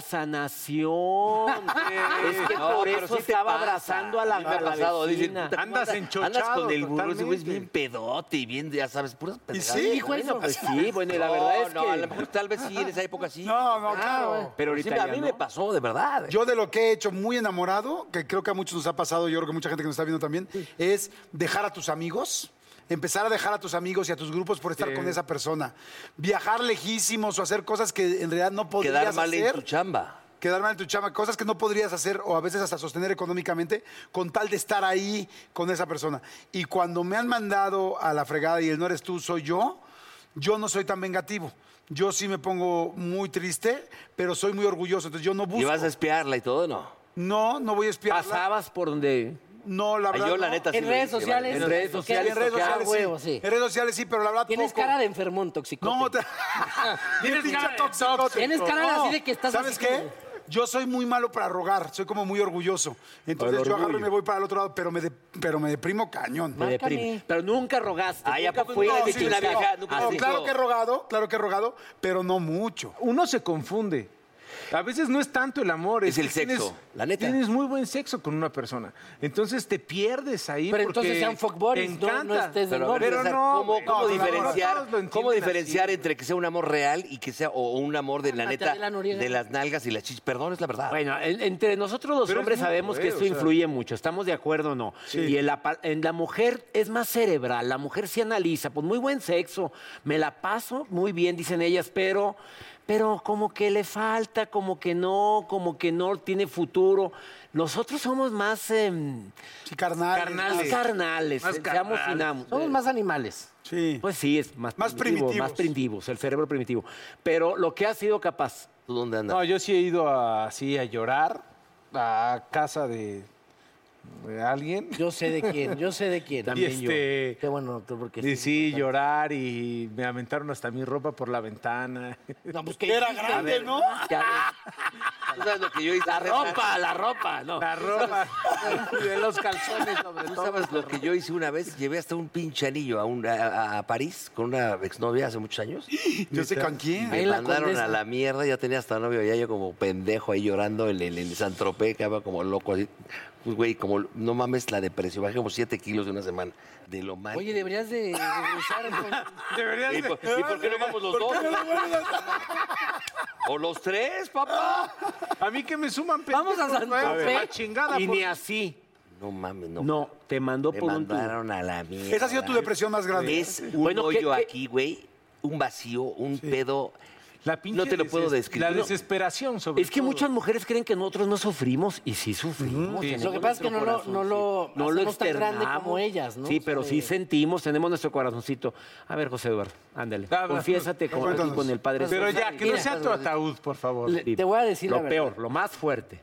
S7: sanación. es que
S3: Ah. No,
S7: por
S3: pero
S7: eso
S3: sí te
S7: estaba
S3: pasa.
S7: abrazando a la,
S3: mí me ha
S7: a la
S3: pasado, dicen,
S7: vecina.
S3: puta, ¿cómo
S6: Andas
S3: Andas
S6: enchochado
S3: con el burro, ese güey es
S6: totalmente.
S3: bien pedote y bien, ya sabes, puras pendejadas.
S4: sí,
S3: Dijo
S7: Bueno,
S3: eso.
S7: pues sí, bueno, y la verdad es
S3: no,
S7: que...
S3: a lo mejor tal vez sí, en esa época sí. Ah,
S4: No, no, claro.
S7: Pero
S3: Sí,
S7: ahorita
S3: a
S7: ya
S3: mí
S7: no.
S3: me pasó, de verdad. ¿eh?
S4: Yo de lo que he hecho muy enamorado, que creo que a muchos nos ha pasado, yo creo que mucha gente que nos está viendo también, es dejar a tus amigos. Empezar a dejar a tus amigos y a tus grupos por estar con esa persona. Viajar lejísimos o hacer cosas que en realidad no podías
S3: Quedar mal
S4: hacer.
S3: en tu chamba.
S4: quedar mal en tu chama, cosas que no podrías hacer o a veces hasta sostener económicamente con tal de estar ahí con esa persona. Y cuando me han mandado a la fregada y el no eres tú, soy yo, yo no soy tan vengativo. Yo sí me pongo muy triste, pero soy muy orgulloso. Entonces yo no busco.
S3: Y vas a espiarla y todo, ¿no.
S4: No, no voy a espiar.
S7: Pasabas por donde...
S4: No, la
S3: Ay,
S4: verdad.
S3: yo, la
S4: no.
S3: neta, sí
S2: En
S3: lo
S2: redes
S3: hice,
S2: sociales.
S3: vale.
S7: En redes
S2: ¿qué
S4: Sí,
S7: sociales,
S2: haces?
S4: en redes
S2: ¿Qué hago,
S4: sociales.
S2: huevo?
S4: sí.
S2: Sí.
S4: En redes sociales sí, pero la verdad.
S2: Tienes
S4: poco.
S2: cara de enfermón, tóxico.
S4: No, te-
S6: Tienes
S4: Pinche
S6: cara de
S4: tóxico.
S6: tóxico.
S2: Tienes cara de así de que estás
S4: ¿Sabes
S2: así
S4: qué?
S2: como-
S4: Yo soy muy malo para rogar, soy como muy orgulloso. Entonces yo agarro y me voy para el otro lado, pero me, de- pero me deprimo cañón.
S7: Me
S2: Márcame.
S7: deprime. Pero nunca rogaste.
S3: Ay, ¿a
S7: nunca
S3: poco
S7: fuiste
S3: no?
S7: de
S3: Sí,
S7: una
S3: sí,
S7: vieja,
S3: no.
S7: nunca
S4: No,
S7: fuiste-
S4: claro que he rogado, claro que he rogado, pero no mucho.
S6: Uno se confunde. A veces no es tanto el amor,
S3: Es el
S6: que tienes-
S3: sexo, la neta.
S6: Tienes muy buen sexo con una persona. Entonces te pierdes ahí.
S2: Pero
S6: porque
S2: entonces sean fuckboys,
S6: te
S2: no- no
S6: encanta.
S2: estés de
S3: Pero, a ver,
S2: novio.
S6: pero
S3: o sea,
S6: no,
S3: ¿cómo,
S6: güey.
S3: cómo
S6: No, no, no,
S3: diferenciar,
S6: todos lo
S3: cómo
S6: entienden
S3: diferenciar
S6: así.
S3: entre que sea un amor real y que sea o o un amor de la
S2: Cálmate,
S3: neta
S2: Adela Noriega.
S3: de las nalgas y las chichis? Perdón, es la verdad.
S7: Ah, Bueno, en- entre nosotros los
S6: Pero es
S7: hombres
S6: mutuo,
S7: sabemos que
S6: eh,
S7: esto
S6: o sea.
S7: influye mucho, ¿estamos de acuerdo o no? Y en la, pa- en la mujer es más cerebral, la mujer se analiza, pues muy buen sexo, me la paso muy bien, dicen ellas, pero, pero como que le falta, como que no, como que no tiene futuro. Nosotros somos más, em,
S4: Sí, carnal.
S7: más carnales,
S6: Más
S7: eh, seamos
S6: carnales.
S7: finamos.
S2: Somos más animales.
S4: Sí.
S7: Pues sí, es más,
S4: Más
S7: Más
S4: primitivos.
S7: primitivos, el cerebro primitivo. Pero lo que ha sido capaz,
S3: ¿Tú dónde andas?
S6: No, yo sí he ido a- así a llorar a casa de, de alguien.
S2: Yo sé de quién, yo sé de quién.
S6: También
S2: Y
S6: yo. este-
S2: Qué bueno, tú, porque...
S6: Y sí, llorar y me aventaron hasta mi ropa por la ventana.
S2: No, pues que
S4: Era grande, ¿no?
S7: ya ves,
S3: ¿Tú sabes lo que yo hice?
S7: La
S3: César?
S7: ropa, la ropa, no.
S6: La ropa. de los calzones sobre
S3: ¿Tú
S6: todo.
S3: sabes lo que yo hice una vez? Llevé hasta un pinche anillo a, un- a- a- a París con una exnovia hace muchos años.
S4: Yo sé con quién.
S3: Me
S2: Ahí la
S3: mandaron
S2: condesa.
S3: a la mierda, ya tenía hasta novio, ya yo como pendejo ahí llorando en el, en el Santropé, que como loco así. Pues, güey, como no mames la depresión, bajé como 7 kilos en una semana. De lo mal.
S2: Oye, deberías de regresar con-
S6: Deberías
S3: ¿Y
S6: de-
S3: por, y por qué no vamos los dos? ¿O los tres, papá?
S6: A mí que me suman
S2: Vamos a
S6: pendejos,
S2: Santa
S6: güey.
S2: Fe.
S6: Ah, chingada.
S7: y
S6: por-
S7: ni así.
S3: No mames, no.
S7: No, te mandó
S3: Me
S7: por un tubo.
S3: mandaron a la mierda.
S4: Esa ha sido tu depresión más grande.
S3: Es un
S7: Bueno, ¿qué-
S3: hoyo
S7: qué-
S3: aquí, güey. Un vacío, un pedo.
S6: La pinche
S3: No te lo puedo
S6: deses-
S3: describir.
S6: La
S3: No.
S6: desesperación sobre
S7: Es que
S6: todo.
S7: muchas mujeres creen que nosotros no sufrimos y sí sufrimos.
S6: Sí.
S7: tenemos
S6: Lo
S2: que pasa es que
S7: nuestro
S2: no lo- no lo
S7: no lo
S2: hacemos tan grande
S7: externamos.
S2: como ellas, ¿no? Eh.
S7: Sí, pero sí
S2: Sí.
S7: sentimos, tenemos nuestro corazoncito. A ver, José Eduardo, ándale.
S6: Ah,
S7: Confiésate con, aquí
S4: cuéntanos.
S7: con el Padre.
S6: Pero
S7: Santo.
S6: ya, que no
S2: Mira.
S6: sea tu ataúd, por favor.
S2: Le- te voy a decir
S7: lo
S2: la verdad.
S7: peor, lo más fuerte.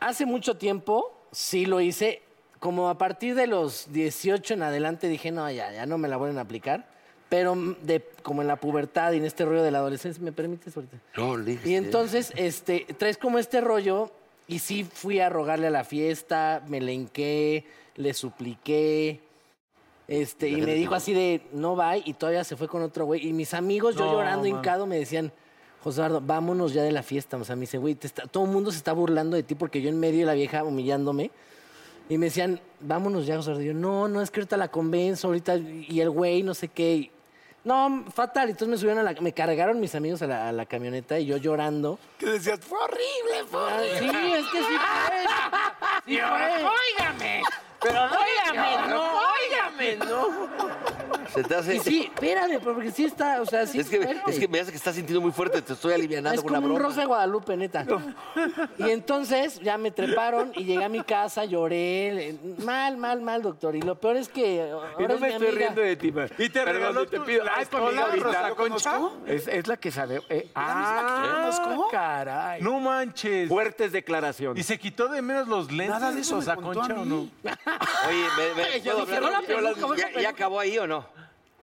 S2: Hace mucho tiempo sí lo hice. Como a partir de los 18 en adelante dije, no, ya, ya no me la vuelven a aplicar. Pero mm, de, como en la pubertad y en este rollo de la adolescencia, ¿me permites ahorita?
S3: No, le dije,
S2: Y entonces, este, traes como este rollo, y sí fui a rogarle a la fiesta, me le hinqué, le supliqué, este, y me dijo así de, no va, y todavía se fue con otro güey. Y mis amigos, yo
S6: No,
S2: llorando
S6: man.
S2: hincado, me decían, José Eduardo, vámonos ya de la fiesta. O sea, me dice, güey, te está- todo el mundo se está burlando de ti porque yo en medio de la vieja humillándome. Y me decían, vámonos ya, José Eduardo. Y yo, no, no, es que ahorita la convenzo, ahorita, y el güey, no sé qué. Y, no, fatal. Entonces me subieron a la, me cargaron mis amigos a la, a la camioneta y yo llorando.
S4: Que decías, fue horrible, fue
S2: Ah,
S4: horrible.
S2: Sí, es que sí fue. Sí fue.
S7: Óigame, no, óigame, no.
S3: Se te hace.
S2: Y sí, espérame, porque sí está, o sea, sí
S3: Es que,
S2: fuerte.
S3: es que me hace que estás sintiendo muy fuerte, te estoy aliviando
S2: Es
S3: con una
S2: como un
S3: broma.
S2: rosa de Guadalupe, neta. Y entonces ya me treparon y llegué a mi casa, lloré. le- Mal, mal, mal, doctor. Y lo peor es que.
S7: Y
S2: ahora
S7: no
S2: es
S7: me
S2: mi
S7: estoy
S2: amiga.
S7: riendo de ti, man.
S6: Y te
S7: Perdón,
S6: regaló
S7: yo te
S6: tu-
S7: pido.
S6: la
S7: Ah, es tu amiga
S6: escolar,
S7: ahorita.
S6: Rosa
S4: ¿Lo conozco?
S7: Es, es la que sabe. eh, ah,
S4: misma que conozco.
S7: caray.
S6: No manches.
S7: Fuertes
S6: Y
S7: declaraciones.
S6: se quitó de menos los lentes.
S4: Nada de eso me
S6: Rosa
S4: contó a
S6: Concha, ¿o no?
S4: mí.
S3: Oye, me, me-
S2: Yo
S3: ¿puedo
S2: dije,
S3: hablar?
S2: no la peluca,
S3: Yo-
S2: no la
S3: ¿Ya, ya
S2: peluca.
S3: acabó ahí o no?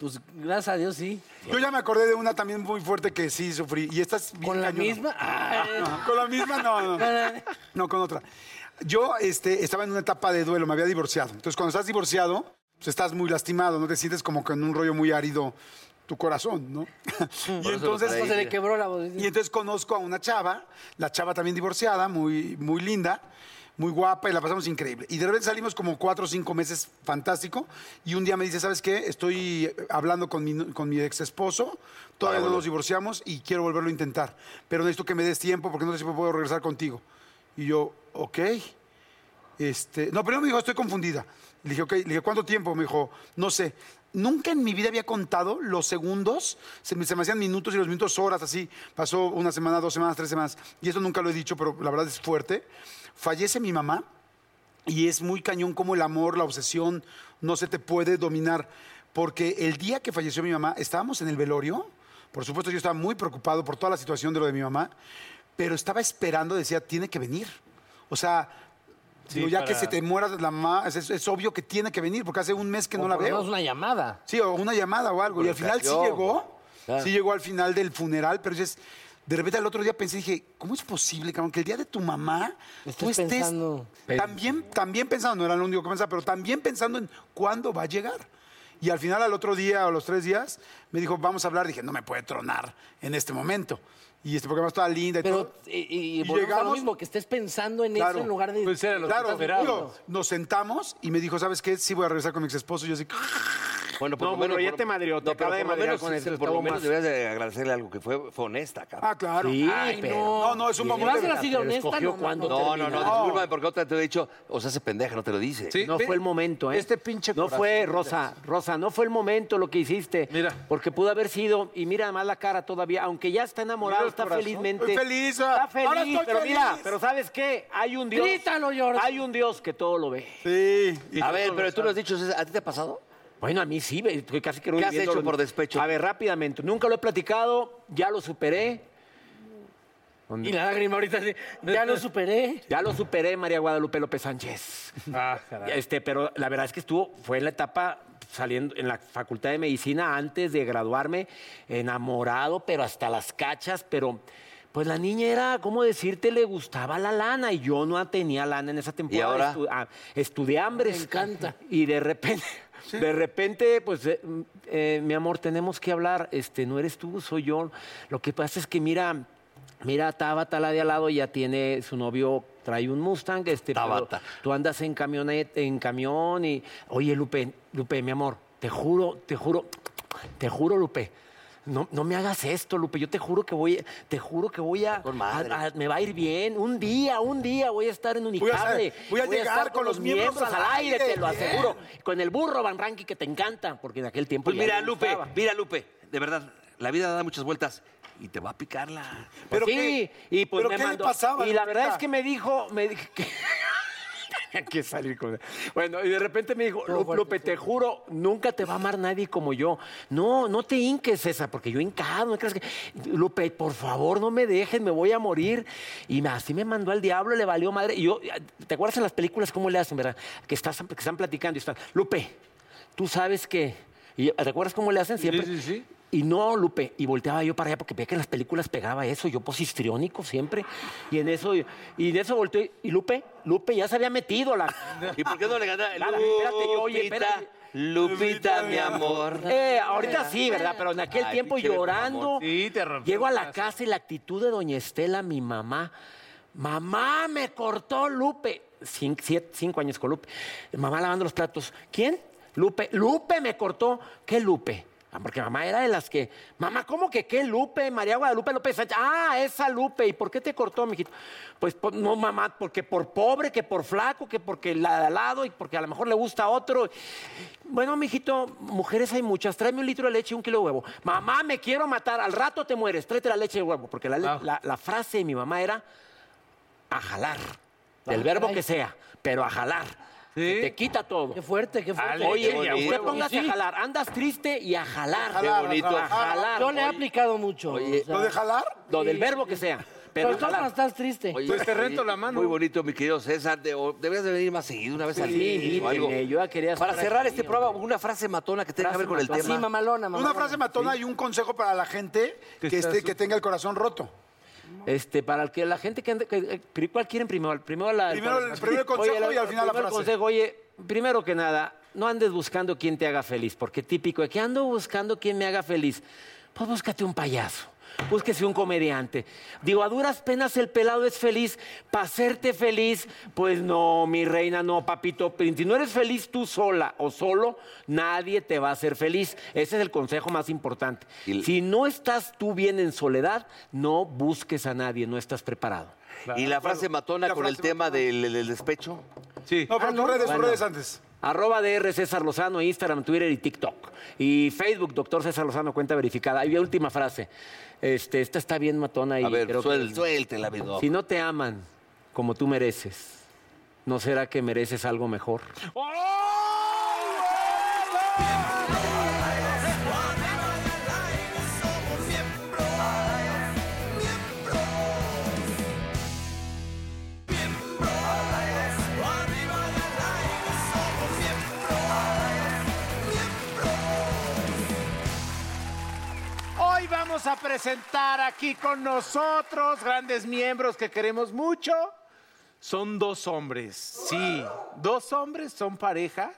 S2: Pues gracias a Dios, sí.
S4: Yo ya me acordé de una también muy fuerte que sí sufrí. Y estás bien
S2: Con la
S4: cañona. Ah,
S2: misma. Ah. Ay,
S4: No, con la misma no, no.
S2: no.
S4: No, con otra. Yo este, estaba en una etapa de duelo, me había divorciado. Entonces, cuando estás divorciado, pues estás muy lastimado, no te sientes como que en un rollo muy árido tu corazón, ¿no?
S2: Mm.
S4: y
S3: lo
S4: entonces
S3: traía.
S2: se le quebró la voz.
S4: y entonces conozco a una chava, la chava también divorciada, muy, muy linda, muy guapa y la pasamos increíble. Y de repente salimos como cuatro o cinco meses, fantástico. Y un día me dice, ¿sabes qué? Estoy eh, hablando con mi, con mi ex esposo, todavía no nos divorciamos y quiero volverlo a intentar. Pero necesito que me des tiempo porque no sé si puedo regresar contigo. Y yo, ok. Este, no, pero me dijo, estoy confundida. Le dije, ok, le dije, ¿cuánto tiempo? Me dijo, no sé. Nunca en mi vida había contado los segundos, se me, se me hacían minutos y los minutos horas, así. Pasó una semana, dos semanas, tres semanas. Y eso nunca lo he dicho, pero la verdad es fuerte. Fallece mi mamá y es muy cañón como el amor, la obsesión, no se te puede dominar. Porque el día que falleció mi mamá, estábamos en el velorio. Por supuesto, yo estaba muy preocupado por toda la situación de lo de mi mamá, pero estaba esperando, decía, tiene que venir. O sea,
S8: Sí,
S4: digo, ya que
S8: para-
S4: se te muera la mamá, es, es- es obvio que tiene que venir, porque hace un mes que no
S8: O
S4: la
S8: por lo
S4: veo.
S8: menos una llamada.
S4: Sí, o una llamada o algo. Y al final sí
S8: Comunicación.
S4: llegó.
S8: Claro.
S4: Sí llegó al final del funeral, pero dices, de repente al otro día pensé, dije, ¿cómo es posible, cabrón, que el día de tu mamá tú
S2: Estés
S4: estés
S2: pensando.
S4: también, también pensando, no era lo único que pensaba, pero también pensando en cuándo va a llegar? Y al final, al otro día o los tres días, me dijo, vamos a hablar. Dije, no me puede tronar en este momento. Y este programa estaba linda y todo.
S2: Y, volvemos a lo mismo, que estés pensando en eso en lugar de...
S4: Claro,
S2: esperando.
S4: digo, nos sentamos y me dijo, ¿sabes qué? Sí voy a regresar con mi ex esposo. Yo así... "Ah,
S3: Bueno,
S4: No, bueno, ya te madreó, te acaba de madrear con
S3: eso.
S4: eso,
S3: Por lo
S4: estuvo
S3: menos
S4: más.
S3: deberías de agradecerle algo que fue, fue honesta, cabrón.
S4: Ah, claro. Ay, no. No, no, es un mamón
S3: mamón.
S4: de verdad. Pero escogió cuándo
S3: No, no, no,
S4: terminar.
S3: discúlpame, porque otra te he dicho, o sea, se pendeja, no te lo dice.
S7: no fue el momento, ¿eh? Este pinche No
S3: corazón,
S7: fue,
S3: mira.
S7: Rosa, Rosa, no fue el momento lo que hiciste. Mira. Porque pudo haber sido, y mira además la cara todavía, aunque ya está enamorado,
S8: Mira el
S7: está
S8: corazón.
S7: felizmente.
S8: Estoy feliz, ah.
S7: está feliz,
S8: ahora estoy
S7: pero mira,
S8: feliz.
S7: pero ¿sabes qué? Hay un Dios.
S8: Grítalo,
S7: Hay un Dios que todo lo ve.
S3: Sí. A ver, pero tú lo has dicho, ¿a ti te ha pasado?
S7: Bueno, a mí sí, ve- estoy casi que
S3: ¿Qué has hecho por
S7: despecho? A ver, rápidamente. Nunca lo he platicado, ya lo superé.
S2: Y la lágrima ahorita sí, ya lo superé.
S7: Ya lo superé, María Guadalupe López Sánchez.
S3: Ah,
S7: Este, pero la verdad es que estuvo, fue en la etapa saliendo en la facultad de medicina antes de graduarme, enamorado, pero hasta las cachas, pero pues la niña era, ¿cómo decirte? Le gustaba la lana y yo no tenía lana en esa temporada.
S3: ahora?
S7: Estu- ah, estudié hambres. Me
S2: encanta.
S7: Y de repente, de repente, pues, eh, mm, eh, mi amor, tenemos que hablar. Este, no eres tú, soy yo. Lo que pasa es que mira, mira, Tabata la de al lado ya tiene su novio, trae un Mustang. Este, pero
S3: Tabata.
S7: Tú andas en camioneta, en camión y, oye, Lupe, Lupe, mi amor, te juro, te juro, te juro, Lupe. No, no me hagas esto, Lupe. Yo te juro que voy, te juro que voy a, a- a- me va a ir bien. Un día, un día voy a estar en
S8: Voy a
S7: unicable.
S8: ser- voy a llegar con los miembros al aire,
S7: te lo
S8: bien.
S7: aseguro. Con el burro Van Ranking que te encanta, porque en aquel tiempo
S3: Pues
S7: ya
S3: mira,
S7: le
S3: Lupe,
S7: gustaba.
S3: mira, Lupe, de verdad, la vida da muchas vueltas y te va a picarla.
S7: Pues sí, y pues me mandó- Y la verdad es que me dijo, me dijo que tenía que salir con Bueno, y de repente me dijo, "Lu- Lupe, te juro, nunca te va a amar nadie como yo. No, no te hinques, César, porque yo hincado, no creas que. Lupe, por favor, no me dejes, me voy a morir. Y me- así me mandó al diablo, le valió madre. Y yo, ¿te acuerdas en las películas cómo le hacen, verdad? Que, estás, que están platicando y están, Lupe, tú sabes que. Y, ¿Te acuerdas cómo le hacen siempre?
S6: sí, sí.
S7: Y no, Lupe, y volteaba yo para allá porque veía que en las películas pegaba eso, yo pues histriónico siempre. Y en eso, y en eso volteé, y Lupe, Lupe ya se había metido a la.
S3: ¿Y por qué no le gana?
S7: Nada, espérate, yo, oye, espérate.
S3: Lupita, mi amor.
S7: Eh, ahorita sí, ¿verdad? Pero en aquel
S3: Ay,
S7: tiempo
S3: pinche viejo
S7: llorando.
S3: mamón. Sí, te rompió
S7: Llego a
S3: el
S7: la
S3: corazón.
S7: casa y la actitud de doña Estela, mi mamá. Mamá, me cortó Lupe. Cin- siete- cinco años con Lupe. Mamá lavando los platos. ¿Quién? Lupe. Lupe me cortó. ¿Qué Lupe? Ah, Porque mamá era de las que. Mamá, ¿cómo que qué Lupe? María Guadalupe López Sánchez. Ah, esa Lupe. ¿Y por qué te cortó, mijito? Pues po- no, mamá, porque por pobre, que por flaco, que porque la de al lado y porque a lo mejor le gusta a otro. Bueno, mijito, mujeres hay muchas. Tráeme un litro de leche y un kilo de huevo. Mamá, me quiero matar. Al rato te mueres. Tráete la leche y el huevo. Porque la, le-
S2: Ah.
S7: la- la frase de mi mamá era a jalar.
S2: Ah.
S7: Del verbo que sea, pero a jalar. Se te quita todo. Qué
S2: fuerte, qué fuerte.
S7: Oye,
S2: Qué bonito.
S7: usted póngase
S2: Sí.
S7: a jalar. Andas triste y a jalar.
S2: Qué bonito.
S7: A jalar.
S2: Yo le he aplicado mucho. o sea,
S7: Lo del
S2: Sí.
S7: verbo que sea.
S2: Pero
S7: Pero, Pues
S2: tú
S7: jalar.
S2: cuando estás triste.
S3: Oye, oye, Muy bonito, mi querido César. De- o- deberías de venir más seguido, una vez
S7: Sí,
S3: al día
S7: sí,
S3: o algo.
S7: sí, yo ya quería
S3: Para
S7: estar
S3: cerrar
S7: aquí,
S3: este programa, una frase matona que tenga que ver con el tema.
S4: Una frase matona y un consejo para la gente que,
S7: Que está
S4: esté,
S7: su-
S4: que tenga el corazón roto.
S7: Este, para el que la gente que, ande- que- que- ¿Cuál quieren primero? El- Primero, la,
S4: Primero el- primero el
S7: Oye,
S4: consejo y al final la
S7: primero el
S4: frase.
S7: consejo. oye, primero que nada, no andes buscando quién te haga feliz, porque típico de que ando buscando quién me haga feliz. Pues búscate un payaso. búsquese un comediante. Digo, a duras penas el pelado es feliz. Para hacerte feliz, pues no, mi reina, no, papito. Prin. Si no eres feliz tú sola o solo, nadie te va a hacer feliz. Ese es el consejo más importante. Si no estás tú bien en soledad, no busques a nadie, no estás preparado.
S3: ¿Y la frase matona con el tema del, del despecho?
S6: Sí.
S7: Ah,
S4: No, pero tus redes, tus
S7: Bueno.
S4: redes antes.
S7: Arroba DR César Lozano, Instagram, Twitter y TikTok. Y Facebook, doctor César Lozano, cuenta verificada. Y última frase. Este, esta está bien matona y
S3: A ver,
S7: creo que-
S3: suel- suéltela, mi doc.
S7: Si no te aman como tú mereces, ¿no será que mereces algo mejor?
S6: Hoy vamos a presentar aquí con nosotros grandes miembros que queremos mucho. Son dos hombres, sí. Dos hombres son pareja.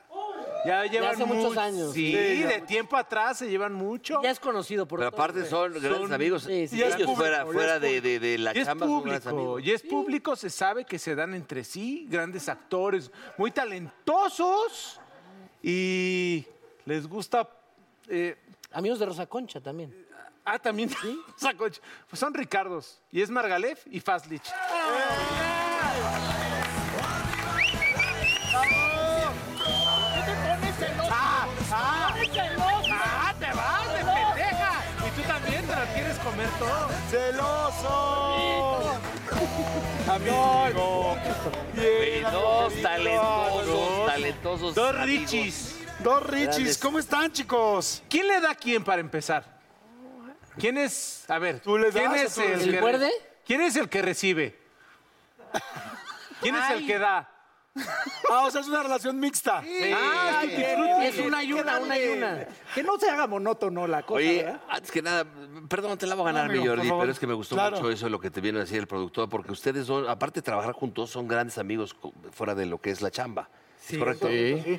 S6: Ya llevan
S2: hace muchos
S6: mu-
S2: años.
S6: Sí,
S2: Sí, ya
S6: de
S2: mucho.
S6: tiempo atrás se llevan mucho. Ya
S2: es conocido por
S3: Pero aparte son grandes amigos. Ellos fuera, fuera de, de- de la
S6: y es
S3: chamba son grandes
S6: público,
S3: amigos.
S6: y es público, se sabe que se dan entre sí, grandes actores, muy talentosos y les gusta... eh,
S2: Amigos de Rosa Concha también.
S6: Ah, también. Rosa Concha. Pues son Ricardos, y es Margalef y Fazlich.
S1: ¡Ah! ¡Ah! ¡Ah! ¡Te vas de pendeja!
S6: Y tú también te la quieres comer todo.
S1: ¡Celoso!
S6: Amigo.
S3: Ve, Dos talentosos, talentosos.
S6: Dos
S3: amigos.
S6: Richis. Dos
S3: Grandes.
S6: ¿Cómo están, chicos? ¿Quién le da a quién para empezar? ¿Quién es? A ver. ¿Quién
S2: das o
S6: es
S2: tú
S6: el,
S2: recibes?
S6: que-
S2: ¿El cuerde?
S6: ¿Quién es el que recibe? ¿Quién es el
S2: Ay.
S6: que da?
S4: Ah, o sea, es una relación mixta.
S6: Ah,
S9: Ay,
S6: es
S9: que
S6: que-
S9: es una y una, una y una. Que no se haga monótono la cosa,
S3: Oye,
S9: ¿verdad?
S3: antes que nada, perdón, te la voy a ganar,
S9: No, amigo,
S3: mi
S9: por
S3: Jordi,
S9: favor.
S3: pero es que me gustó
S9: Claro.
S3: mucho eso, lo que te vino a decir el productor, porque ustedes son, aparte de trabajar juntos, son grandes amigos co- fuera de lo que es la chamba. ¿Es correcto?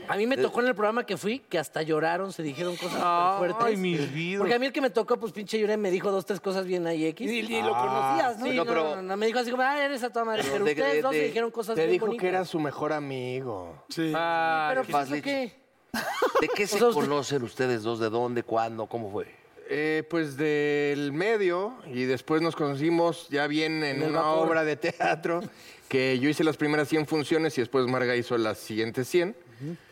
S2: A mí me tocó en el programa que fui que hasta lloraron, se dijeron cosas
S3: Ay,
S2: súper fuertes.
S3: mis vidas.
S2: Porque a mí el que me tocó, pues pinche lloré, me dijo dos, tres cosas bien ahí X.
S9: Y- y lo Ah. conocías, ¿no?
S2: Sí,
S9: No,
S2: no,
S9: pero-
S2: no, no, me dijo así como, ah, eres a tu madre. Pero
S9: De-
S2: ustedes
S9: de-
S2: dos me
S9: de-
S2: dijeron cosas
S9: Te
S2: bien
S9: dijo
S2: bonitas.
S9: que era su mejor amigo.
S4: Sí.
S6: Ah,
S2: Pero
S9: qué
S2: pues, ¿eso
S9: fácil.
S2: qué?
S3: ¿De qué se conocen ustedes dos? ¿De dónde? ¿Cuándo? ¿Cómo fue?
S9: Eh, pues del medio y después nos conocimos ya bien en
S3: En el
S9: una
S3: vapor.
S9: obra de teatro que yo hice las primeras 100 funciones y después Marga hizo las siguientes 100.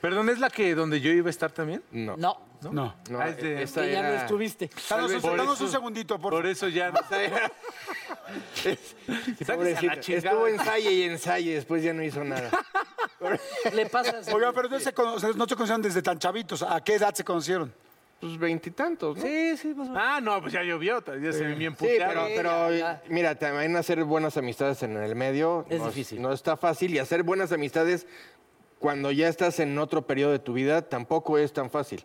S6: ¿Perdón, es la que donde yo iba a estar también?
S9: No.
S2: No.
S6: No.
S9: No,
S6: este,
S9: esta
S6: Que ya no
S9: era-
S6: estuviste.
S9: Tal
S4: Danos
S9: vez-
S4: un,
S9: por
S4: danos un
S9: eso-
S4: segundito, por
S6: Por eso ya.
S9: Pobrecita, Estuvo ensaye y ensaye, después ya no hizo nada.
S2: Le pasa.
S4: Oiga, pero no se, cono- o sea, no se conocieron desde tan chavitos. ¿A qué edad se conocieron?
S9: Pues veintitantos, ¿no?
S6: Sí, sí, más Ah, no, pues ya llovió, ya se ve bien
S9: Sí, pero,
S6: puteado.
S9: pero mira, también hacer buenas amistades en el medio
S6: Es
S9: no difícil. No está fácil y hacer buenas amistades cuando ya estás en otro periodo de tu vida tampoco es tan fácil.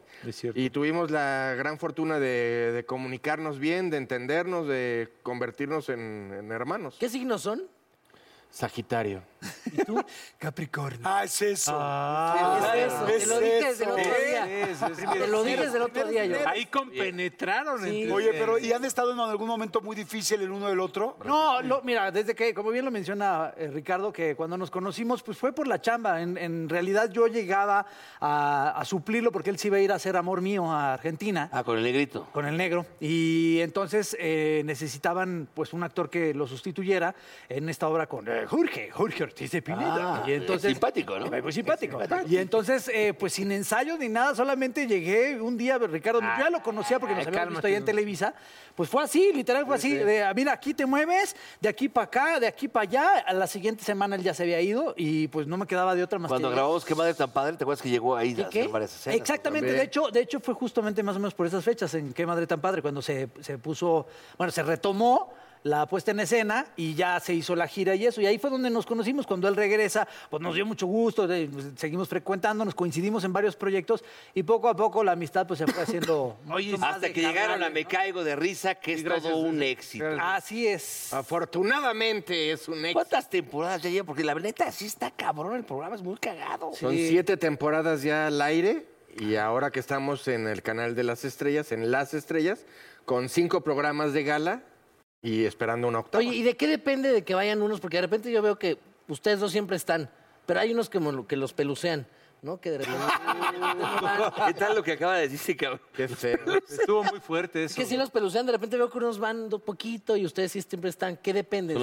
S9: Y tuvimos la gran fortuna de, de comunicarnos bien, de entendernos, de convertirnos en, en hermanos.
S2: ¿Qué signos son?
S9: Sagitario.
S4: Capricornio. Ah, es eso.
S2: Ah,
S9: Ah,
S2: es eso, te lo dije desde el otro día. Te lo dije desde el otro día yo.
S6: Ahí compenetraron. entre
S4: Oye,
S6: ustedes.
S4: pero ¿y han estado en algún momento muy difícil el uno del otro?
S9: No,
S4: lo-
S9: mira,
S8: desde que, como bien lo menciona eh, Ricardo, que cuando nos conocimos, pues fue por la chamba. En, en realidad yo llegaba a, a suplirlo porque él sí iba a ir a hacer amor mío a Argentina.
S3: Ah, con el negrito.
S8: Con el negro. Y entonces eh, necesitaban pues un actor que lo sustituyera en esta obra con eh, Jorge, Jorge Ortiz de Pineda.
S3: Ah,
S8: y entonces,
S3: simpático, ¿no?
S8: Eh, Muy simpático. Y entonces, eh, pues sin ensayo ni nada, solamente llegué un día, Ricardo,
S3: Ah,
S8: yo ya lo conocía porque
S3: eh,
S8: nos
S6: ay,
S8: habíamos visto
S6: cálmate,
S8: ahí en
S6: no.
S8: Televisa. Pues fue así, literal fue así. De, ah, mira, aquí te mueves, de aquí para acá, de aquí para allá. A la siguiente semana él ya se había ido y pues no me quedaba de otra más
S3: Cuando
S8: que-
S3: grabamos Qué Madre Tan Padre, ¿te acuerdas que llegó ahí a hacer varias escenas?
S8: Exactamente,
S3: También.
S8: de hecho, de hecho fue justamente más o menos por esas fechas en Qué Madre Tan Padre, cuando se, se puso, bueno, se retomó la puesta en escena y ya se hizo la gira y eso, y ahí fue donde nos conocimos, cuando él regresa, pues nos dio mucho gusto, de- pues, seguimos frecuentándonos, coincidimos en varios proyectos y poco a poco la amistad pues se fue haciendo... mucho más
S3: Hasta
S8: de
S3: que llegaron
S8: carnal.
S3: a Me Caigo de Risa, que es todo un éxito.
S8: Así es.
S9: Afortunadamente es un éxito.
S3: ¿Cuántas temporadas ya lleva? Porque la neta sí está cabrón, el programa es muy cagado.
S9: Son siete temporadas ya al aire Y ahora que estamos en el canal de las estrellas, en Las Estrellas, con cinco programas de gala y esperando una octava.
S2: Oye, ¿y de qué depende de que vayan unos? Porque de repente yo veo que ustedes dos siempre están, pero hay unos que, mo- que los pelucean, ¿no? Que de repente...
S9: Ah,
S3: ¿Qué tal lo que acaba de decir, ese cabrón?
S9: Qué feo.
S6: Estuvo muy fuerte
S2: Es
S6: eso.
S2: que si los pelucean, de repente veo que unos van un poquito y ustedes sí siempre están. ¿Qué depende?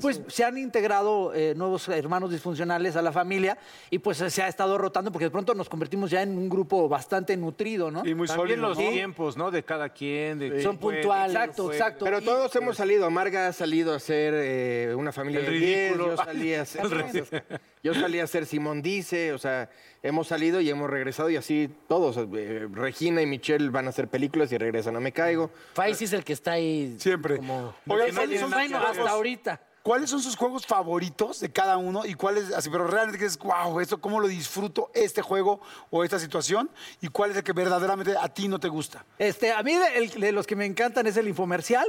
S8: Pues se han integrado eh, nuevos hermanos disfuncionales a la familia y pues eh, se ha estado rotando porque de pronto nos convertimos ya en un grupo bastante nutrido, ¿no?
S6: También los
S8: Sí.
S6: tiempos, ¿no? De cada quien. de quién puede, quién
S9: Exacto,
S6: puede.
S9: exacto. Pero todos hemos salido. Marga ha salido a ser eh, una familia
S6: El
S9: de 10,
S6: ridículo.
S9: Yo salí a ser,
S6: El ridículo.
S9: yo salí a ser Simón Dice. O sea, hemos salido y hemos regresado y así todos. eh, Regina y Michelle van a hacer películas y regresan a Me Caigo.
S2: Fais es el que está ahí.
S9: Siempre.
S4: Oigan, ¿cuáles son sus juegos-
S2: ahorita.
S4: ¿Cuáles son sus juegos favoritos de cada uno? Y cuáles, así, pero realmente que es, wow, esto, ¿cómo lo disfruto este juego o esta situación? ¿Y cuál es el que verdaderamente a ti no te gusta?
S8: Este, a mí de, el- de los que me encantan es el infomercial,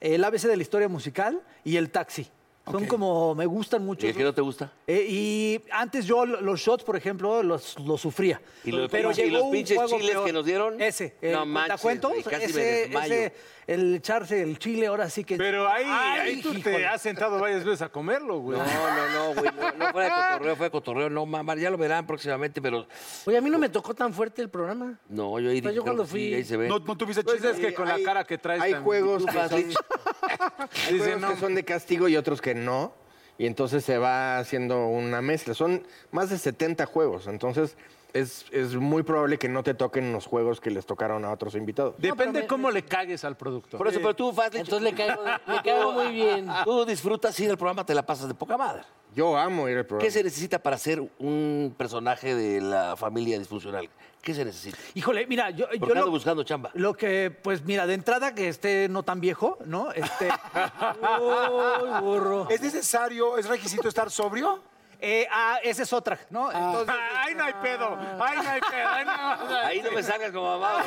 S8: el ABC de la historia musical y el taxi. Son como, me gustan mucho.
S3: ¿Y el que no te gusta?
S8: Eh, y antes yo lo- los shots, por ejemplo, los, los sufría.
S3: Y los
S8: Pero
S3: pinches- y
S8: llegó
S3: los
S8: un
S3: pinches
S8: juego
S3: chiles
S8: peor.
S3: que nos dieron.
S8: Ese,
S7: eh,
S8: el
S3: No manches,
S8: cuentacuentos,
S3: güey, casi me
S8: ese-
S3: desmayo.
S8: ese, el echarse el chile, ahora sí que...
S6: Pero ahí,
S8: Ay,
S6: ahí tú
S8: híjole.
S6: te has sentado varias veces a comerlo, güey.
S3: No, no, no, güey. No, no fue de cotorreo, fue de cotorreo. No, mamá, ya lo verán próximamente, pero.
S2: Oye, a mí no me tocó tan fuerte el programa.
S3: No, yo ahí
S2: Pues yo
S3: creo
S2: cuando
S3: que sí,
S2: fui-
S3: ahí se ve.
S2: No, no
S4: tuviste
S9: Pues es que con la cara
S6: que traes
S9: Hay
S6: tan-
S9: juegos
S6: Tú
S9: que
S6: vas,
S9: son-
S6: Lich.
S9: Hay juegos que son de castigo y otros que no. Y entonces se va haciendo una mezcla. Son más de 70 juegos. Entonces es, es muy probable que no te toquen los juegos que les tocaron a otros invitados.
S6: Depende cómo le cagues al productor.
S3: Por eso, pero tú, Fazlich.
S2: Entonces le caigo, le caigo muy bien.
S3: Tú disfrutas ir al programa, te la pasas de poca madre.
S9: Yo amo ir al programa.
S3: ¿Qué se necesita para ser un personaje de la familia disfuncional? ¿Qué se necesita?
S8: Híjole, mira, yo, yo
S3: Porque ando
S8: lo-
S3: buscando chamba.
S8: Lo que, pues mira, de entrada que esté no tan viejo, ¿no? Este. Uy, burro.
S4: ¿Es necesario, es requisito estar sobrio?
S8: Eh, ah, esa es otra, ¿no? Entonces,
S6: Ah, Ahí no hay pedo. Ahí no hay pedo. Ahí no,
S3: Ahí no me salgas como mamá,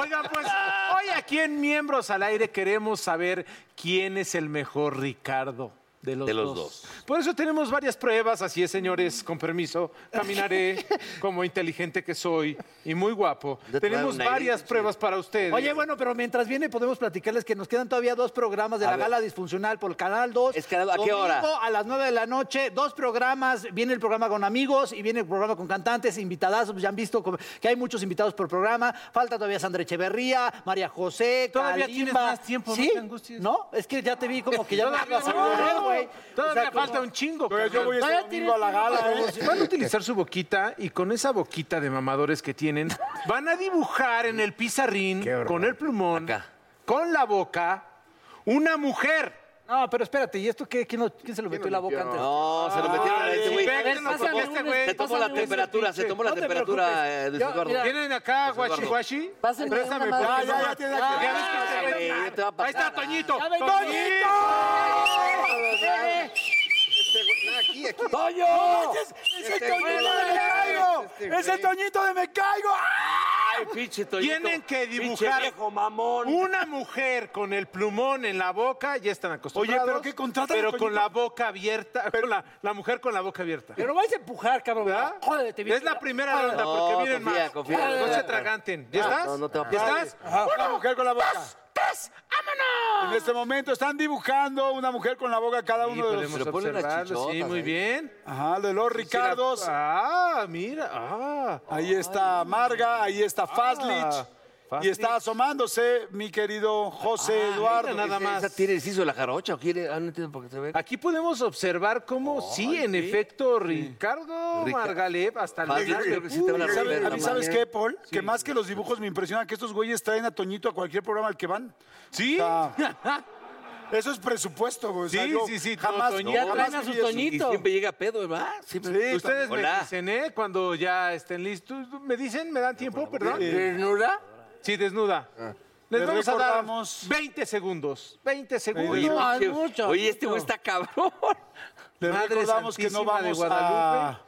S6: Oigan, pues, hoy aquí en Miembros al Aire queremos saber quién es el mejor Ricardo de los,
S3: De los
S6: dos. Por eso tenemos varias pruebas, así es, señores, con permiso. Caminaré como inteligente que soy y muy guapo. Tenemos
S8: un aire,
S6: varias pruebas para ustedes.
S8: Oye, bueno, pero mientras viene podemos platicarles que nos quedan todavía dos programas de
S6: A
S8: la
S6: ver.
S8: gala disfuncional por el canal 2.
S6: Es que, ¿a qué hora?
S8: Domingo A las 9 de la noche, dos programas. Viene el programa con amigos y viene el programa con cantantes, invitadas. Pues Ya han visto como- que hay muchos invitados por programa. Falta todavía Sandra Echeverría, María José,
S6: Todavía
S8: Kalimba.
S6: tienes más tiempo, no
S8: ¿Sí?
S6: te
S8: ¿No? Es que ya te vi como que ya me
S6: Todavía
S8: ibas a
S6: no.
S8: correr, güey.
S6: Todavía
S8: O sea, como-
S6: falta un chingo.
S8: yo voy este Todavía domingo a la tienes gala, tiempo. ¿eh?
S6: Van a utilizar su boquita y con esa boquita de mamadores que tienen, van a dibujar en el pizarrín, con el plumón, con la boca, una mujer.
S8: No, pero espérate, ¿y esto qué? ¿Quién, lo- quién se lo metió en la boca antes?
S3: No, se lo metieron a este güey.
S8: este,
S3: Se tomó la temperatura, se tomó la temperatura eh, de su Eduardo.
S6: ¿Tienen acá guachi guachi?
S3: Pásenme
S6: Préstame,
S3: una
S6: porque
S3: más.
S6: no
S3: Ya, ya,
S6: va-
S3: ya tiene aquí.
S6: Ya ves que este güey-
S3: Ay, te va a
S6: Ahí
S3: pasar,
S6: está Toñito.
S3: Ya ven,
S9: Aquí, aquí.
S3: ¡Toño!
S4: ¡Es
S3: Este
S4: el Toñito de Me Caigo! ¡Es el Toñito de Me Caigo!
S3: Ay, pinche Toñito.
S6: Tienen que
S3: Pinche
S6: dibujar
S3: viejo mamón.
S6: una mujer con el plumón en la boca, ya están acostumbrados.
S4: Oye, ¿pero qué contratan,
S6: Pero con
S4: Toñito?
S6: la boca abierta, con la, la mujer con la boca abierta.
S8: Pero vais a empujar, cabrón. Jódete,
S6: es la primera ronda porque
S3: Ah, No,
S6: vienen
S3: confía,
S6: más.
S3: confía,
S6: no
S3: confía.
S6: se atraganten. ¿Ya
S3: No,
S6: estás?
S3: Ah, no, no te Ah, va a
S6: ¿Ya
S3: pasar.
S6: estás?
S4: Una mujer con la boca. En este momento están dibujando una mujer con la boca cada uno de los...
S6: podemos observarlo, Sí, muy bien.
S4: Ajá, de los Ricardos.
S6: Ah, mira. Ah.
S4: Ahí está Marga, ahí está Fazlich. Y está asomándose mi querido José Eduardo.
S6: Ah, mira, nada más.
S3: ¿Esa ¿Tiene el hizo la jarocha o quiere? Ah, no entiendo por qué se ve.
S6: Aquí podemos observar cómo Oh, sí, en efecto, Ricardo
S3: Rica-
S6: Margalef hasta el
S3: Fácil,
S6: final
S3: creo
S6: del
S3: que sí te van a
S6: público.
S3: romper
S4: ¿Sabes, a
S3: la
S4: mí, ¿sabes
S3: madre.
S4: qué, Paul? Que más que los dibujos me impresiona que estos güeyes traen a Toñito a cualquier programa al que van.
S6: ¿Sí?
S4: eso es presupuesto, güey. O sea,
S6: Sí,
S4: yo
S6: sí, sí, no,
S4: Jamás,
S6: Toñito.
S4: jamás
S6: Ya traen a su
S4: vi eso.
S6: Toñito. Y siempre
S3: llega pedo, ¿verdad?
S6: Sí, ustedes
S3: Hola.
S6: me dicen, ¿eh? Cuando ya estén listos. ¿Me dicen? ¿Me dan tiempo? ¿Perdón?
S3: ¿Desnuda?
S6: Sí, desnuda. Les
S3: Les
S6: vamos a dar
S3: recordamos-
S6: 20 segundos. 20 segundos.
S3: Oye, pinche- oye, este güey está cabrón.
S4: Les
S6: Madre
S4: recordamos que no
S6: Santísima de
S4: vamos a-
S6: Guadalupe.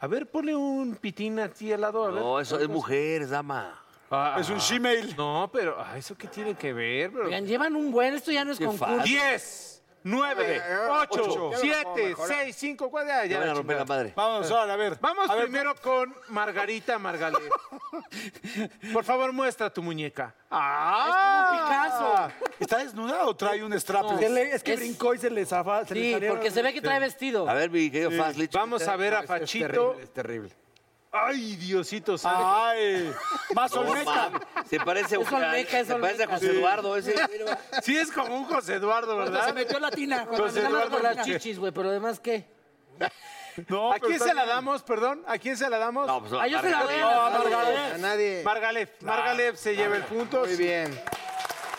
S6: A ver, ponle un pitín aquí al lado. A ver.
S3: No, eso es mujer, es dama.
S6: Ah,
S3: Es un
S4: Gmail.
S6: No, pero ah, ¿eso qué tiene que ver, bro?
S2: Oigan, llevan un buen, esto ya no es
S6: Qué
S2: concurso.
S6: fácil. 10, 9,
S9: Eh,
S6: 8,
S9: ocho.
S6: 7, 6, 5, 4. Ya,
S3: Ya
S6: ya
S3: van
S6: la
S3: a romper la
S6: chingada.
S3: madre. Vamos, ahora, a ver.
S6: Vamos
S3: A ver,
S6: primero con Margarita Margalef. Por favor, muestra tu muñeca. ¡Ah!
S4: Es como Picasso. ¿Está desnuda o trae un strapless?
S6: Se le- es que
S8: brincó y se le zafa.
S6: se le salieron- Sí.
S3: A ver, mi
S4: eh,
S3: querido
S6: Sí.
S3: Fazlich.
S6: Vamos a ver
S3: No,
S6: a
S3: esto es
S6: Fachito.
S3: terrible,
S9: es terrible.
S6: ¡Ay, Diosito santo!
S4: ¡Ay!
S3: No, mames, Se parece a
S6: Es Olmeca, es
S3: se parece a
S6: Olmeca.
S3: José
S6: Sí.
S3: Eduardo ese.
S6: Sí, es como un José Eduardo, ¿verdad?
S2: Se metió la tina.
S6: José
S2: Nada más
S6: Eduardo
S2: por las
S6: Luque.
S2: chichis, güey, pero además, ¿qué?
S6: ¿A quién
S2: está
S6: se la
S2: bien.
S6: damos, perdón? ¿A quién se la damos? No, pues
S2: a Ah, yo se la doy a
S9: Margalef. Margalef.
S6: A nadie. Margalef. Margalef se lleva el punto.
S9: Muy bien.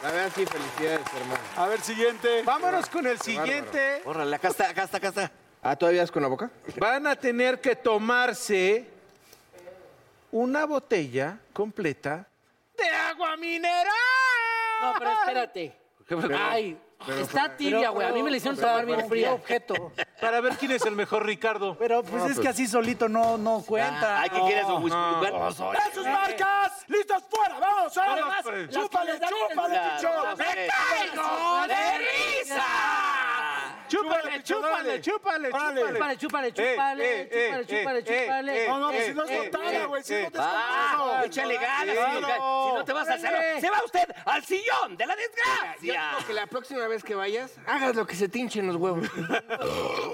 S9: La verdad, sí, felicidades, hermano.
S4: A ver, siguiente.
S6: Vámonos con el siguiente.
S3: Órale, acá está, acá está, acá está.
S9: Ah, ¿todavía es con la boca?
S6: Van a tener que tomarse una botella completa. ¡De agua mineral!
S2: No, pero espérate. Ay, está tibia, güey. A mí me la hicieron tomar bien fría.
S8: objeto.
S6: Para ver quién es el mejor Ricardo.
S8: Pero pues
S6: No,
S8: es
S6: pues-
S8: que así solito no, no cuenta.
S6: hay que quieres un whisky, bueno,
S3: pues,
S6: soy-
S4: ¡Sus marcas! ¡Listos fuera! ¡Vamos!
S6: Además,
S4: ¡Vamos!
S6: pues.
S4: ¡Chúpale, chúpale, pichón!
S6: ¡Me caigo de risa! ¡Chúpale, chúpale, chúpale,
S2: Chúpale,
S6: chúpale!
S2: chúpale, chúpale,
S6: Eh, eh,
S2: chúpale,
S6: eh,
S2: chúpale,
S6: eh,
S2: chúpale.
S6: eh,
S2: No,
S1: pues,
S2: no,
S6: eh,
S2: si no es
S6: eh,
S2: botada,
S6: eh,
S2: güey, si
S6: eh,
S2: no te
S3: Ah,
S6: Claro.
S3: échale ganas.
S6: Claro.
S3: Si no- si no te vas a hacer, se va usted al sillón de la
S9: Yo
S3: desgracia.
S9: digo que la próxima vez que vayas, hagas lo que se tinchen los huevos.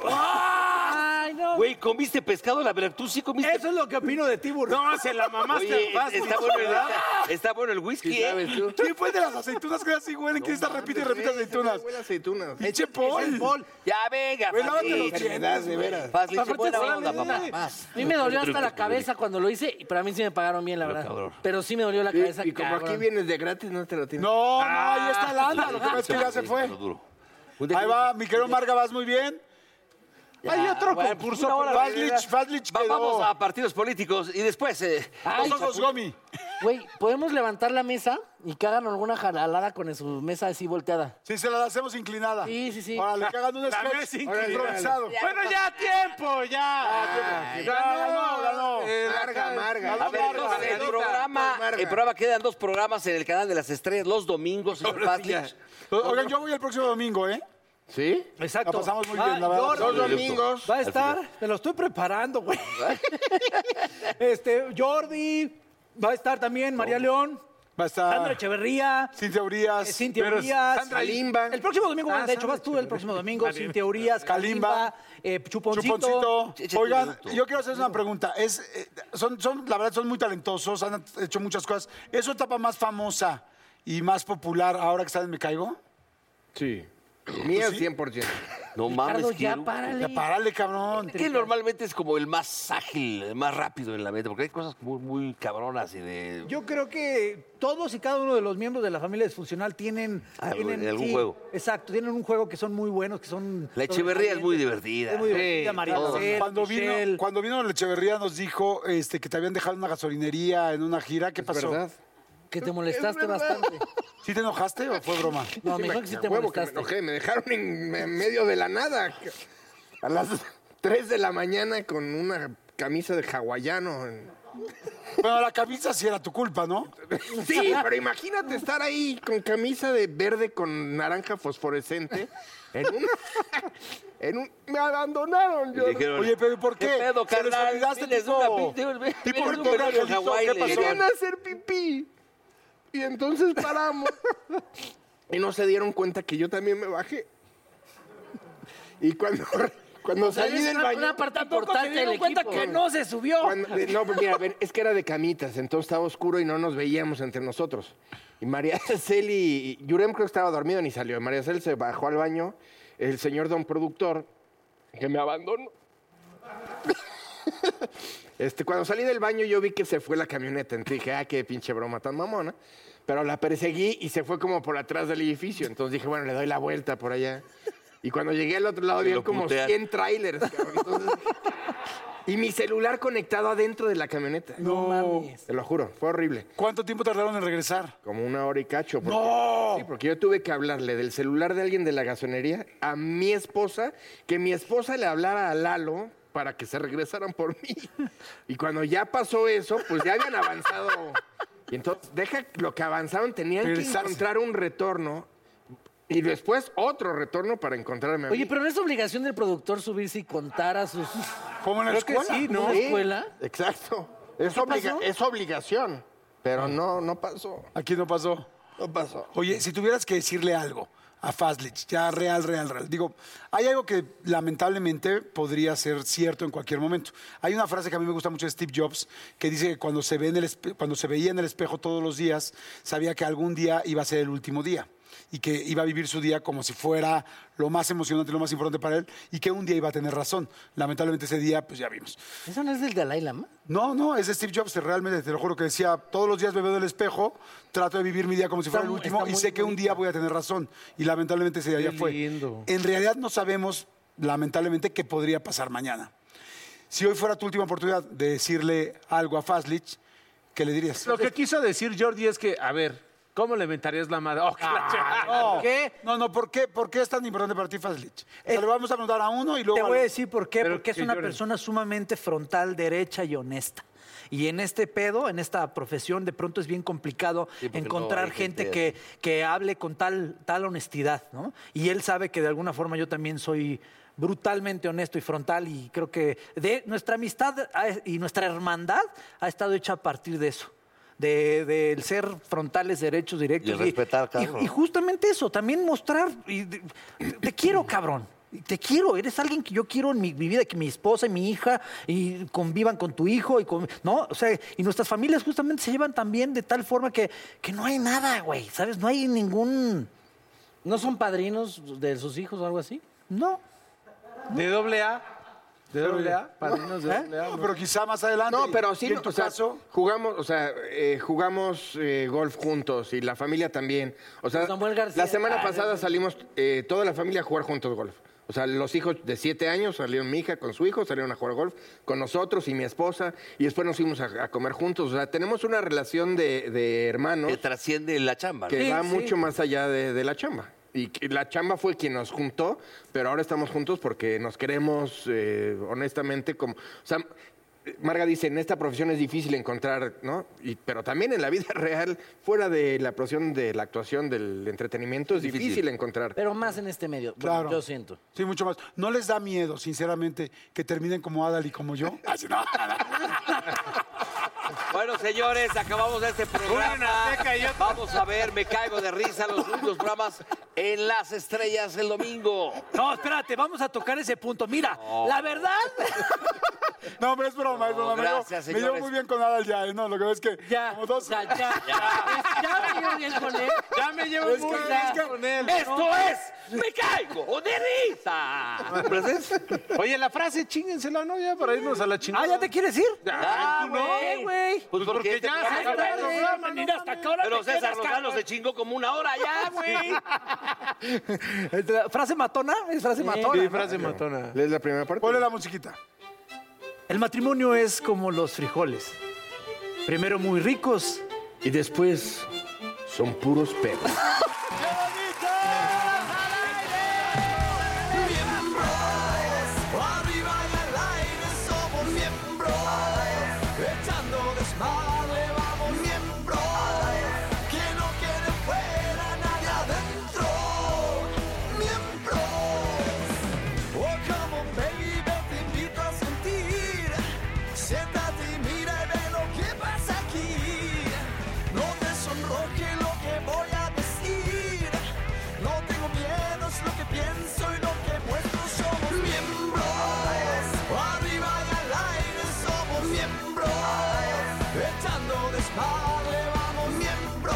S2: Ay, no.
S3: Güey, ¿comiste pescado? La verdad, tú sí comiste.
S8: Eso es lo que opino de ti, burro.
S6: No, se la mamaste
S3: Oye,
S6: al Fazlich,
S3: está bueno,
S6: ¿verdad?
S3: está, está bueno el whisky,
S9: Sí,
S3: ¿eh?
S9: sabes tú.
S4: ¿Quién fue el de las aceitunas que así huelen? ¿Quién está repite y repite aceitunas?
S9: Huele a aceitunas.
S4: ¡Eche Paul!
S3: Ya, venga,
S4: Güey, lávate
S3: Fazlich.
S4: los dientes,
S9: de veras.
S3: Fazlich,
S2: Aparte,
S3: buena
S2: órale.
S3: onda, papá. Más.
S2: A mí me dolió hasta la cabeza cuando lo hice, y para mí sí me pagaron bien, la verdad. Pero sí me dolió la cabeza.
S9: Y, y como aquí
S2: cabrón.
S9: vienes de gratis, no Ah, te lo tienes.
S4: No, no, ahí está Landa. Lo que pasa es que ya se fue. Ahí va, mi querido Marga, vas muy bien.
S6: Hay otro
S3: bueno, pues,
S6: concurso.
S3: una hora,
S6: por-
S4: Fadlich, Fadlich
S3: Va- vamos
S4: quedó.
S3: a partidos políticos y después. eh,
S2: Ay,
S4: Los ojos Gomi.
S2: Güey, ¿podemos levantar la mesa y que hagan alguna jalada con su mesa así volteada?
S4: Sí, se la hacemos inclinada.
S2: Sí, sí, sí.
S4: Órale, que hagan un
S6: La
S4: sketch
S6: mesa inclinada.
S4: improvisado.
S6: Bueno, ya, tiempo, ya.
S9: Ay,
S6: Ganó,
S4: ganó, ganó.
S6: eh,
S9: Marga, Marga.
S6: ganó
S3: A ver,
S6: Marga,
S3: entonces, el
S6: Margarita.
S3: programa, el programa quedan dos programas en el canal de las estrellas los domingos, señor
S9: Ahora sí
S3: Fazlich.
S4: Oigan, yo voy el próximo domingo, ¿eh?
S9: ¿Sí?
S4: La
S8: Exacto.
S4: pasamos muy
S8: Ah,
S4: bien, la verdad.
S8: Jordi,
S9: Los domingos.
S8: Va a estar, me lo estoy preparando, güey. este, Jordi, va a estar también María León,
S4: Oh. Va a
S8: Sandra
S4: estar
S8: Echeverría,
S4: sin teorías.
S8: eh, Cintia
S6: Pero
S8: Urias.
S6: Sandra
S9: Limba.
S8: El próximo domingo,
S3: Ah,
S8: bueno, de hecho, vas tú el próximo domingo, Cintia Urias, Calimba,
S4: Kalimba,
S8: eh, Chuponcito.
S4: Chuponcito.
S3: Échate un
S4: Oigan,
S3: minuto.
S4: yo quiero hacer una pregunta. Es, eh, son, son, la verdad, son muy talentosos, han hecho muchas cosas. ¿Es su etapa más famosa y más popular ahora que están en Me Caigo?
S9: Sí. Mía 100%.
S3: No mames,
S2: Ricardo, ya
S3: quiero-
S2: párale.
S4: Ya párale, cabrón.
S3: Que normalmente es como el más ágil, el más rápido en la mente, porque hay cosas muy, muy cabronas y de.
S8: Yo creo que todos y cada uno de los miembros de la familia disfuncional tienen,
S3: Algo-
S8: tienen-
S3: algún juego.
S8: Exacto, tienen un juego que son muy buenos, que son
S3: La Echeverría es muy divertida.
S8: Es muy divertida,
S9: Sí,
S8: María
S3: todos.
S8: José,
S4: Cuando
S8: Michelle.
S4: vino, cuando vino Lecheverría nos dijo este, que te habían dejado en una gasolinería en una gira. ¿Qué pasó?
S9: ¿Verdad?
S2: Que te molestaste bastante.
S4: ¿Sí te enojaste o fue broma?
S2: No, me dijo que sí te
S9: huevo que me
S2: molestaste.
S9: enojé, me dejaron en, en medio de la nada. A las 3 de la mañana con una camisa de hawaiano.
S4: Bueno, la camisa sí era tu culpa, ¿no?
S9: Sí, pero imagínate estar ahí con camisa de verde con naranja fosforescente en un... En un me abandonaron. Yo,
S3: Le dijeron,
S4: Oye, pero ¿por qué?
S3: pedo,
S4: Se les
S3: carnal?
S4: olvidaste,
S3: Vienes de
S4: tipo-
S3: una pinche-
S4: tipo
S3: vienes de un
S4: Ricardo
S3: verano en
S4: Angelito,
S3: Hawái,
S4: ¿qué
S3: le
S4: pasó?
S3: dijeron.
S9: querían hacer pipí. Y entonces paramos. y no se dieron cuenta que yo también me bajé. Y cuando, cuando salí
S2: es
S9: del
S2: una-
S9: baño.
S2: una parte
S9: tampoco
S2: importante
S9: se dieron
S2: del
S9: cuenta
S2: equipo.
S9: que no.
S8: no se subió.
S9: Cuando- no, pues mira, a ver, es que era de camitas, entonces estaba oscuro y no nos veíamos entre nosotros. Y María Cel y y Yurem creo que estaba dormido ni salió. María Cel se bajó al baño. El señor don productor, que me abandonó. Este, cuando salí del baño yo vi que se fue la camioneta. Entonces dije, ah, qué pinche broma tan mamona. Pero la perseguí y se fue como por atrás del edificio. Entonces dije, bueno, le doy la vuelta por allá. Y cuando llegué al otro
S3: Y
S9: lado, había
S3: lo
S9: como
S3: putean.
S9: 100 trailers. cabrón. Entonces, y mi celular conectado adentro de la camioneta.
S2: No mames.
S9: Te lo juro, fue horrible.
S4: ¿Cuánto tiempo tardaron en regresar?
S9: Como una hora y cacho. Porque, ¡No! Sí, porque yo tuve que hablarle del celular de alguien de la gasonería a mi esposa, que mi esposa le hablara a Lalo para que se regresaran por mí. Y cuando ya pasó eso, pues ya habían avanzado. Y entonces, deja lo que avanzaron, tenían que
S4: Regresarse.
S9: encontrar un retorno Y después otro retorno para encontrarme a mí.
S2: Oye, pero no es obligación del productor subirse y contar a sus.
S9: Como en la
S2: Creo que
S9: escuela,
S2: sí, ¿no?
S9: ¿no?
S2: ¿En la escuela?
S9: Exacto. Es,
S2: ¿Qué
S9: obliga-
S2: pasó? Ah.
S9: es obligación, pero no, no pasó.
S4: Aquí no pasó.
S9: No pasó.
S4: Oye, si tuvieras que decirle algo a Fazlich, ya real, real, real. Digo, hay algo que lamentablemente podría ser cierto en cualquier momento. Hay una frase que a mí me gusta mucho de Steve Jobs que dice que cuando se, ve en el espe- cuando se veía en el espejo todos los días, sabía que algún día iba a ser el último día y que iba a vivir su día como si fuera lo más emocionante, lo más importante para él y que un día iba a tener razón. Lamentablemente ese día, pues ya vimos.
S2: ¿Eso no es del Dalai Lama?
S4: No, no, es de Steve Jobs, realmente, te lo juro que decía, todos los días me veo del espejo, trato de vivir mi día como si
S2: Está
S4: fuera el
S2: mu-
S4: último
S2: está
S4: y
S2: muy
S4: sé que un día voy a tener razón. Y lamentablemente ese día ya
S6: Qué
S4: fue.
S6: lindo.
S4: En realidad no sabemos, lamentablemente, qué podría pasar mañana. Si hoy fuera tu última oportunidad de decirle algo a Faslich, ¿qué le dirías?
S6: Lo que quiso decir Jordi es que, a ver, ¿cómo le inventarías la madre? Oh, que
S2: Ah,
S6: la chingada.
S4: ¿Por qué? No, no, ¿por qué, ¿por qué es tan importante para ti Faslich? O sea, le vamos a preguntar a uno y luego
S8: Te
S4: al
S8: voy a
S4: otro.
S8: decir por qué,
S4: Pero
S8: porque es
S4: que
S8: una
S4: lloren.
S8: persona sumamente frontal, derecha y honesta. Y en este pedo, en esta profesión, de pronto es bien complicado
S7: Sí, porque
S8: encontrar
S7: no hay gente
S8: gente que, que hable con tal, tal honestidad, ¿no? Y él sabe que de alguna forma yo también soy brutalmente honesto y frontal y creo que de nuestra amistad ha- y nuestra hermandad ha estado hecha a partir de eso. De, del ser frontales, derechos, directos.
S3: Y respetar, cabrón.
S8: y justamente eso, también mostrar y de- te, te quiero, cabrón. Te quiero, eres alguien que yo quiero en mi, mi vida, que mi esposa y mi hija y convivan con tu hijo y con, no, o sea, y nuestras familias justamente se llevan también de tal forma que, que no hay nada, güey, ¿sabes? No hay ningún
S2: ¿No son padrinos de sus hijos o algo así?
S8: No.
S6: ¿De doble A? ¿De doble A? Padrinos de
S9: ¿Eh?
S6: doble A.
S4: No, pero quizá más adelante.
S9: No, pero sí,
S4: ¿Y en
S9: no,
S4: tu
S9: o sea,
S4: caso?
S9: jugamos, o sea, eh, jugamos eh, golf juntos y la familia también. O
S2: Pues
S9: sea, la
S2: Ah,
S9: semana pasada salimos eh, toda la familia a jugar juntos golf. O sea, los hijos de siete años salieron mi hija con su hijo, salieron a jugar golf con nosotros y mi esposa, y después nos fuimos a, a comer juntos. O sea, tenemos una relación de, de hermanos.
S3: Que trasciende la chamba. ¿no?
S9: que va mucho más allá de, de la chamba. Y que la chamba fue quien nos juntó, pero ahora estamos juntos porque nos queremos eh, honestamente como... O sea, Marga dice, en esta profesión es difícil encontrar, ¿no? Y- pero también en la vida real, fuera de la profesión de la actuación, del entretenimiento, es difícil,
S4: Difícil.
S9: encontrar.
S2: Pero más en este medio.
S4: Claro.
S2: Yo siento.
S4: Sí, mucho más. ¿No les da miedo, sinceramente, que terminen como Adal y como yo? Así, no,
S3: Bueno, señores, acabamos este programa. Vamos a ver, me caigo de risa los últimos programas en las estrellas el domingo.
S8: No, espérate, vamos a tocar ese punto. Mira, la verdad.
S4: No, pero es broma, es broma. Me llevo-
S3: gracias,
S4: me llevo
S3: señores.
S4: muy bien con Adal ya, ¿eh? ¿no? Lo que pasa es que. Ya. Como dos...
S2: ya, ya. Ya me llevo bien con él.
S6: Ya me llevo
S4: Es que-
S6: muy
S4: es
S6: bien
S4: que-
S6: con él.
S3: Esto es, me caigo de
S6: Ah,
S3: risa.
S6: Pues Oye, la frase, chíngensela, ¿no? Ya para irnos a la chingada.
S8: Ah, ¿ya te quieres ir?
S6: Ya, tú
S3: Ah, güey.
S6: no, güey.
S3: Pues porque este
S6: ya
S3: programa
S6: se acabó el
S3: está-
S6: programa, ni nada.
S3: Pero César Lozano se chingó como una hora ya, güey.
S8: Frase matona, es frase matona.
S6: Sí,
S8: ¿no?
S6: frase matona.
S9: ¿Lees la primera parte?
S4: Ponle la musiquita.
S8: El matrimonio es como los frijoles. Primero muy ricos
S9: Y después son puros perros.
S1: Arriba y al aire somos miembros, echando desmadre vamos miembros, que no quede fuera nadie adentro, miembros. Oh, come on baby, te invito a sentir, siéntate y mira y ve lo que pasa aquí, no te sonroje lo que voy a decir, no tengo miedo, es lo que pienso y lo que muestro somos miembros. Arriba y al aire somos miembros. Echando desmadre vamos miembros.